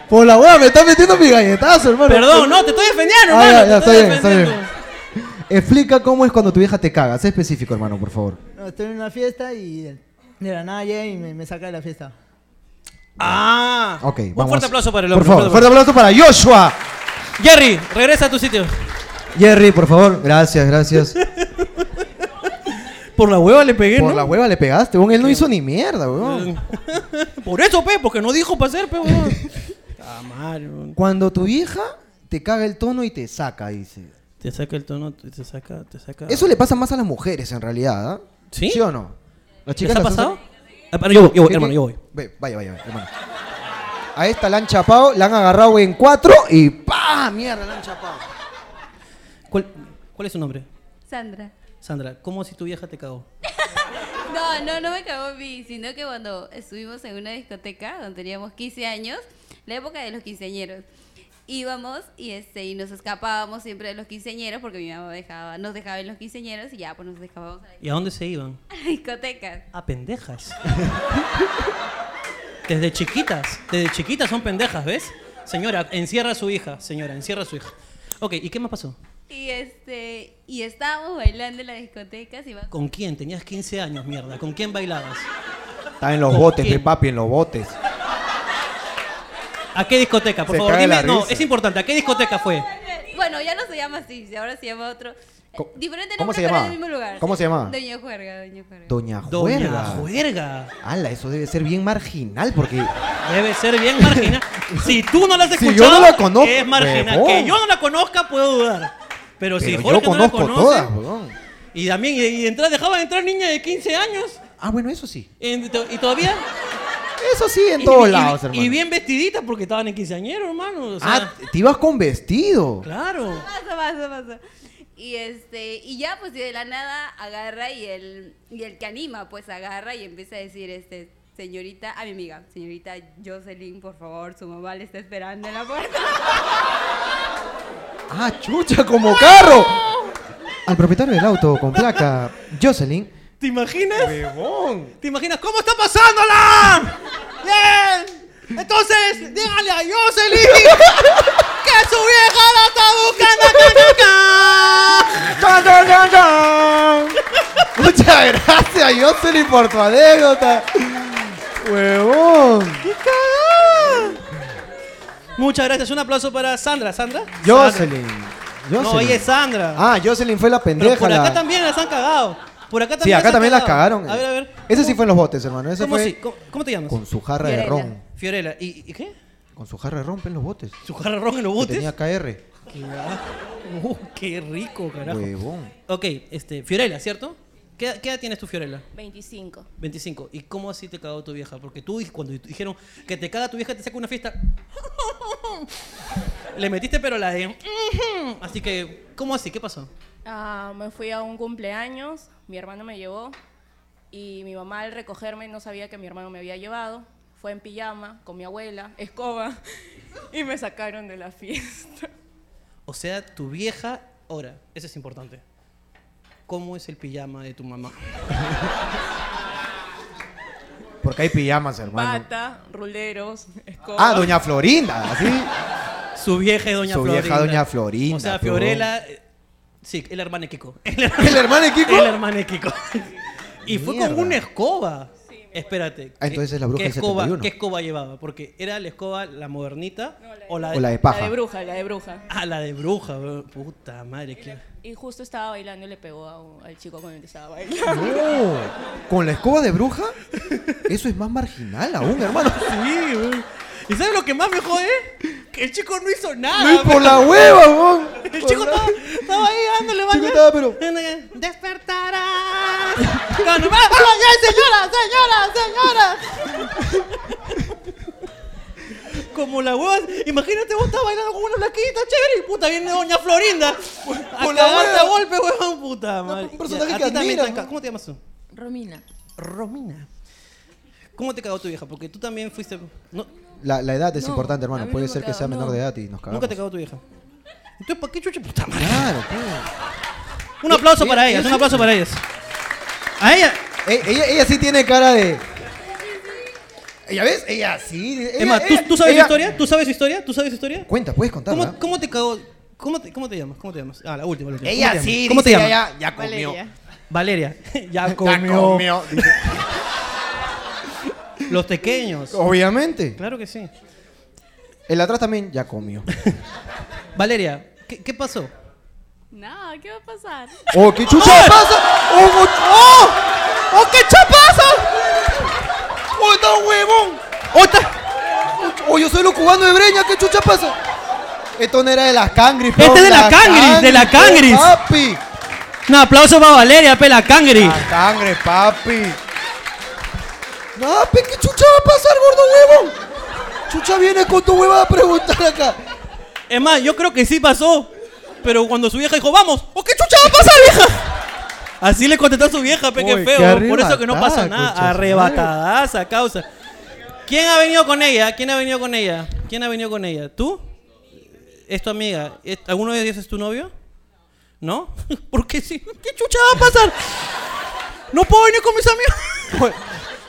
Speaker 2: Por la weá, me está metiendo mi galletazo, hermano.
Speaker 1: Perdón, no, te estoy defendiendo,
Speaker 2: Ah,
Speaker 1: hermano.
Speaker 2: ya,
Speaker 1: te
Speaker 2: ya, está
Speaker 1: estoy
Speaker 2: bien, está
Speaker 1: defendiendo.
Speaker 2: bien. Explica cómo es cuando tu vieja te caga. Sé específico, hermano, por favor.
Speaker 5: no, estoy en una fiesta y de, de la nada llega y me, me saca de la fiesta.
Speaker 1: Ah,
Speaker 2: Ok,
Speaker 1: un
Speaker 2: vamos.
Speaker 1: fuerte aplauso para el
Speaker 2: Por
Speaker 1: hombre. un
Speaker 2: favor, fuerte
Speaker 1: fuerte
Speaker 2: aplauso para Joshua.
Speaker 1: aplauso. Jerry, regresa a tu sitio.
Speaker 2: Jerry, por favor. Gracias,
Speaker 1: (laughs)
Speaker 2: gracias.
Speaker 1: Por la hueva le pegué,
Speaker 2: Por
Speaker 1: ¿no? Eh.
Speaker 2: la hueva le pegaste, weón. Él no hizo ni mierda, weón.
Speaker 1: (laughs) Por eso, pe, porque no dijo para hacer, pe,
Speaker 2: (laughs)
Speaker 1: weón. Ah, mal, weón.
Speaker 2: Cuando tu vieja te caga el tono y te saca, dice.
Speaker 1: Te saca el tono, te saca, te saca.
Speaker 2: Eso le pasa más a las mujeres, en realidad, ¿ah?
Speaker 1: ¿Sí?
Speaker 2: ¿Sí o no? Las
Speaker 1: ¿Les ha
Speaker 2: las hacen-
Speaker 1: pasado? Ah, pero yo voy, yo voy,
Speaker 2: ¿Qué,
Speaker 1: hermano,
Speaker 2: qué?
Speaker 1: yo voy.
Speaker 2: Ve, vaya, vaya, vaya, hermano. A esta la han chapado, la han agarrado en cuatro y ¡pa! Mierda, la han chapado.
Speaker 1: ¿Cuál, cuál es su nombre?
Speaker 6: Sandra.
Speaker 1: Sandra, ¿cómo si tu vieja te cagó?
Speaker 6: No, no, no me cagó mi, sino que cuando estuvimos en una discoteca donde teníamos 15 años, la época de los quinceañeros, íbamos y este y nos escapábamos siempre de los quinceañeros porque mi mamá dejaba, nos dejaba en los quinceañeros y ya pues nos escapábamos a la- (laughs)
Speaker 1: ¿Y a dónde se iban? (laughs)
Speaker 6: a la discoteca.
Speaker 1: A pendejas. Desde chiquitas, desde chiquitas son pendejas, ¿ves? Señora, encierra a su hija, señora, encierra a su hija. Ok, ¿y qué más pasó?
Speaker 6: Y este, y estábamos bailando en la discoteca, si va-
Speaker 1: ¿Con quién? Tenías 15 años, mierda. ¿Con quién bailabas?
Speaker 2: Está en los
Speaker 1: ¿Con
Speaker 2: botes,
Speaker 1: quién?
Speaker 2: pe, papi, en los botes.
Speaker 1: ¿A qué discoteca? Por
Speaker 2: Se
Speaker 1: favor,
Speaker 2: caga la
Speaker 1: dime. No,
Speaker 2: risa.
Speaker 1: es importante. ¿A qué discoteca fue?
Speaker 6: (laughs) Bueno, ya no se llama así, si ahora se llama otro. Eh,
Speaker 2: Co-
Speaker 6: Diferente
Speaker 2: ¿cómo
Speaker 6: nombre,
Speaker 2: se
Speaker 6: pero
Speaker 2: llamaba?
Speaker 6: en el mismo lugar.
Speaker 2: ¿Cómo se llamaba?
Speaker 6: Doña Juerga, Doña Juerga.
Speaker 2: Doña
Speaker 1: Doña
Speaker 2: Juerga.
Speaker 1: Juerga.
Speaker 2: Ala, eso debe ser bien marginal porque...
Speaker 1: Debe ser bien marginal.
Speaker 2: (laughs)
Speaker 1: Si tú no la has
Speaker 2: Si yo
Speaker 1: escuchado,
Speaker 2: no la conozco,
Speaker 1: es marginal.
Speaker 2: huevón.
Speaker 1: Que yo no la conozca, puedo dudar. Pero, si
Speaker 2: pero
Speaker 1: Jorge
Speaker 2: yo conozco
Speaker 1: no la conoce,
Speaker 2: todas, weón.
Speaker 1: y también y, y entra- dejaba de entrar niña de 15 años,
Speaker 2: Ah, bueno, eso sí.
Speaker 1: en- to- y todavía...
Speaker 2: Eso sí, en
Speaker 1: y-
Speaker 2: todos
Speaker 1: y-
Speaker 2: lados,
Speaker 1: y,
Speaker 2: hermano.
Speaker 1: Y bien vestiditas porque estaban en quinceañero, hermano. o sea,
Speaker 2: ah, te ibas con vestido.
Speaker 1: claro.
Speaker 6: Paso, paso, paso. Y este, y ya pues y de la nada agarra y el, y el que anima, pues agarra y empieza a decir este señorita, a mi amiga, señorita Jocelyn, por favor, su mamá le está esperando en la
Speaker 7: (laughs)
Speaker 6: puerta.
Speaker 2: Ah, chucha, como
Speaker 1: (laughs)
Speaker 2: carro. Al propietario del auto con placa, Jocelyn.
Speaker 1: ¿Te imaginas? ¿Te imaginas cómo está pasándola? Bien. Entonces, dígale a Jocelyn que su vieja la está buscando. acá, acá, acá.
Speaker 2: ¡Tan, tan, tan, tan! Muchas gracias, Jocelyn, por tu anécdota. Huevón.
Speaker 1: Muchas gracias. Un aplauso para Sandra. ¿Sandra?
Speaker 2: Jocelyn. Jocelyn.
Speaker 1: No, ella es Sandra.
Speaker 2: Ah, Jocelyn fue la pendeja.
Speaker 1: Pero por acá
Speaker 2: la-
Speaker 1: también las han cagado. Por acá también
Speaker 2: Sí, acá
Speaker 1: han
Speaker 2: también las
Speaker 1: cagado.
Speaker 2: cagaron. eh.
Speaker 1: A ver, a ver.
Speaker 2: Ese sí fue en los botes, hermano. Ese
Speaker 1: ¿Cómo,
Speaker 2: fue
Speaker 1: sí? ¿Cómo, cómo te llamas?
Speaker 2: con su jarra de
Speaker 6: Fiorella.
Speaker 2: ron.
Speaker 1: Fiorella. ¿Y, y qué?
Speaker 2: Con su jarra de ron pe, en los botes.
Speaker 1: ¿Su jarra roja en los
Speaker 2: Que
Speaker 1: botes?
Speaker 2: Tenía KR.
Speaker 1: Uh, qué rico, carajo.
Speaker 2: Huevón.
Speaker 1: Ok, este, Fiorella, ¿cierto? ¿Qué, edad- qué edad tienes tú, Fiorella?
Speaker 7: 25.
Speaker 1: 25. ¿Y cómo así te cagó tu vieja? Porque tú, cuando dijeron que te caga tu vieja, te saca una fiesta. (laughs) Le metiste, pero la de. Así que, ¿cómo así? ¿Qué pasó?
Speaker 7: Ah, me fui a un cumpleaños, mi hermano me llevó y mi mamá al recogerme no sabía que mi hermano me había llevado. Fue en pijama con mi abuela, escoba, (laughs) y me sacaron de la fiesta.
Speaker 1: O sea, tu vieja. Ahora, eso es importante. ¿Cómo es el pijama de tu mamá?
Speaker 2: Porque hay pijamas, hermano.
Speaker 7: Bata, ruleros, escoba.
Speaker 2: Ah, Doña Florinda, así. (laughs)
Speaker 1: Su vieja es Doña
Speaker 2: Su
Speaker 1: Florinda.
Speaker 2: vieja Doña Florinda,
Speaker 1: O sea,
Speaker 2: pero-
Speaker 1: Fiorella. eh, Sí, el hermano de Kiko. (laughs) El
Speaker 2: ¿El hermano de Kiko?
Speaker 1: El hermano de Kiko. (laughs) Y fue con
Speaker 2: Mierda.
Speaker 1: una escoba. Espérate.
Speaker 2: Ah, entonces es la
Speaker 1: ¿qué
Speaker 2: bruja del
Speaker 1: escoba,
Speaker 2: 71.
Speaker 1: ¿Qué escoba llevaba? Porque era la escoba, la modernita
Speaker 7: No, la
Speaker 1: o la de,
Speaker 2: O la de
Speaker 7: La
Speaker 2: paja.
Speaker 7: de bruja, la de bruja.
Speaker 1: Ah, la de bruja, bro. Puta madre. qué-
Speaker 7: Y justo estaba bailando y le pegó a un- al chico con el que estaba bailando.
Speaker 2: No, con la escoba de bruja, eso es más marginal aún,
Speaker 1: (laughs)
Speaker 2: hermano.
Speaker 1: Sí, bro. ¿Y sabes lo que más me jode? Que el chico no hizo nada.
Speaker 2: No es por
Speaker 1: bro.
Speaker 2: la hueva, weón.
Speaker 1: El chico estaba, estaba ahí dándole baño.
Speaker 2: Pues chico estaba, pero-
Speaker 1: Despertarás. Cuando va- ¡Ah, ya, señora, señora, señora! Como la hueva. Imagínate, vos estás bailando con una blanquita, chévere. Y puta, viene Doña Florinda. A
Speaker 2: Con la
Speaker 1: cagarte a
Speaker 2: hueva.
Speaker 1: golpe, huevón, puta madre.
Speaker 2: un personaje
Speaker 1: Ya, a
Speaker 2: que
Speaker 1: ti también
Speaker 2: admiras,
Speaker 1: te han ca-
Speaker 2: ¿no?
Speaker 1: ¿Cómo te llamas tú?
Speaker 7: Romina.
Speaker 1: Romina. ¿Cómo te cagó tu vieja? Porque tú también fuiste. no,
Speaker 2: La, la edad es
Speaker 7: No,
Speaker 2: importante, hermano.
Speaker 7: a mí
Speaker 2: Puede
Speaker 7: no me
Speaker 2: ser que
Speaker 7: cago,
Speaker 2: sea menor
Speaker 7: no.
Speaker 2: de edad y nos cagamos.
Speaker 1: nunca te cagó tu vieja. Entonces, ¿para qué chucha puta madre?
Speaker 2: Claro, claro.
Speaker 1: Un aplauso para ellas, un aplauso para ellas. A ella.
Speaker 2: E- Ella, ella sí tiene cara de. ¿Ella ves? Ella sí. ella-
Speaker 1: Emma, ¿tú,
Speaker 2: ella-
Speaker 1: tú sabes su
Speaker 2: ella-
Speaker 1: historia? ¿Tú sabes su historia? ¿Tú sabes su historia?
Speaker 2: Cuenta, puedes contarla.
Speaker 1: ¿Cómo, cómo te cagó? ¿Cómo te, cómo te llamas? ¿Cómo te llamas? Ah, la última, la última.
Speaker 2: Ella
Speaker 1: ¿Cómo te
Speaker 2: sí.
Speaker 1: llamas? ¿Cómo te
Speaker 2: dice,
Speaker 1: llamas?
Speaker 2: ella Ya comió.
Speaker 7: Valeria.
Speaker 1: Valeria. (laughs) ya
Speaker 2: Ya
Speaker 1: comió.
Speaker 2: comió, dice.
Speaker 1: Los pequeños.
Speaker 2: Obviamente.
Speaker 1: Claro que sí.
Speaker 2: El atrás también ya comió.
Speaker 1: Valeria, ¿qué, qué pasó?
Speaker 6: No, ¿qué va a pasar?
Speaker 2: ¡Oh, qué chucha pasa! ¡Oh, oh, oh! ¡Oh, qué chucha pasa! ¡Oh, está huevón! ¡Oh, está! ¡Oh, yo soy lo cubano de Breña! ¡Qué chucha pasa! Esto no era de las cangris,
Speaker 1: Este es de la cangris, de la cangris.
Speaker 2: ¡Papi!
Speaker 1: Un aplauso para Valeria, pela cangri.
Speaker 2: La cangre, papi. No, pe, ¿qué chucha va a pasar, gordo huevón? Chucha viene con tu hueva a preguntar acá.
Speaker 1: Es más, yo creo que sí pasó. Pero cuando su vieja dijo, vamos, ¿o qué chucha va a pasar, vieja? Así le contestó a su vieja, pe, qué
Speaker 2: Uy, qué
Speaker 1: feo. Por eso que no
Speaker 2: arrebatada,
Speaker 1: pasa nada.
Speaker 2: concha de su madre.
Speaker 1: Arrebatadaza, causa. ¿Quién ha venido con ella? ¿Quién ha venido con ella? ¿Quién ha venido con ella? ¿Tú? ¿Es tu amiga? ¿Es- ¿Alguno de ellos es tu novio? ¿No? (laughs) ¿Por qué sí? ¿Qué chucha va a pasar? No puedo venir con mis amigos.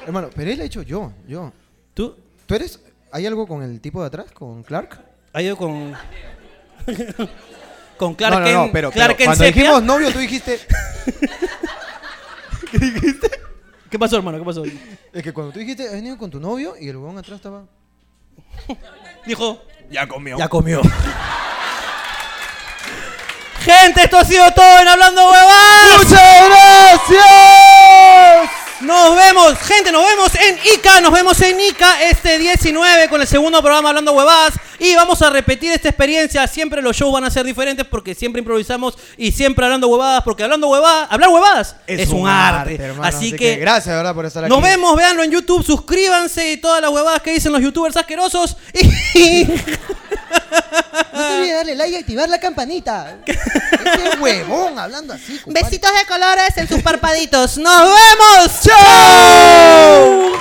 Speaker 2: Hermano, pero él ha hecho yo, yo.
Speaker 1: ¿Tú?
Speaker 2: ¿Tú eres.? ¿Hay algo con el tipo de atrás? ¿Con Clark?
Speaker 1: Ha ido con. (laughs) con Clark Kent.
Speaker 2: pero, pero
Speaker 1: Clark Kent
Speaker 2: cuando
Speaker 1: Sepia.
Speaker 2: dijimos novio, tú dijiste.
Speaker 1: ¿Qué pasó, hermano? ¿Qué pasó?
Speaker 2: Es que cuando tú dijiste, has venido con tu novio y el huevón atrás estaba.
Speaker 1: Dijo.
Speaker 3: Ya comió.
Speaker 2: Ya comió.
Speaker 1: Gente, esto ha sido todo en Hablando Huevadas.
Speaker 2: ¡Muchas gracias!
Speaker 1: Nos vemos, gente, nos vemos en ICA, nos vemos en ICA este 19 con el segundo programa Hablando Huevadas y vamos a repetir esta experiencia, siempre los shows van a ser diferentes porque siempre improvisamos y siempre hablando huevadas, porque hablando huevadas, hablar huevadas es, un arte,
Speaker 2: hermano,
Speaker 1: así, que,
Speaker 2: gracias, de verdad, por estar aquí.
Speaker 1: nos vemos, véanlo en YouTube, suscríbanse y todas las huevadas que dicen los youtubers asquerosos (laughs) y
Speaker 5: No te olvides darle like y activar la campanita.
Speaker 2: Ese huevón hablando así. compadre.
Speaker 1: de colores en sus parpaditos. Nos vemos. Chao.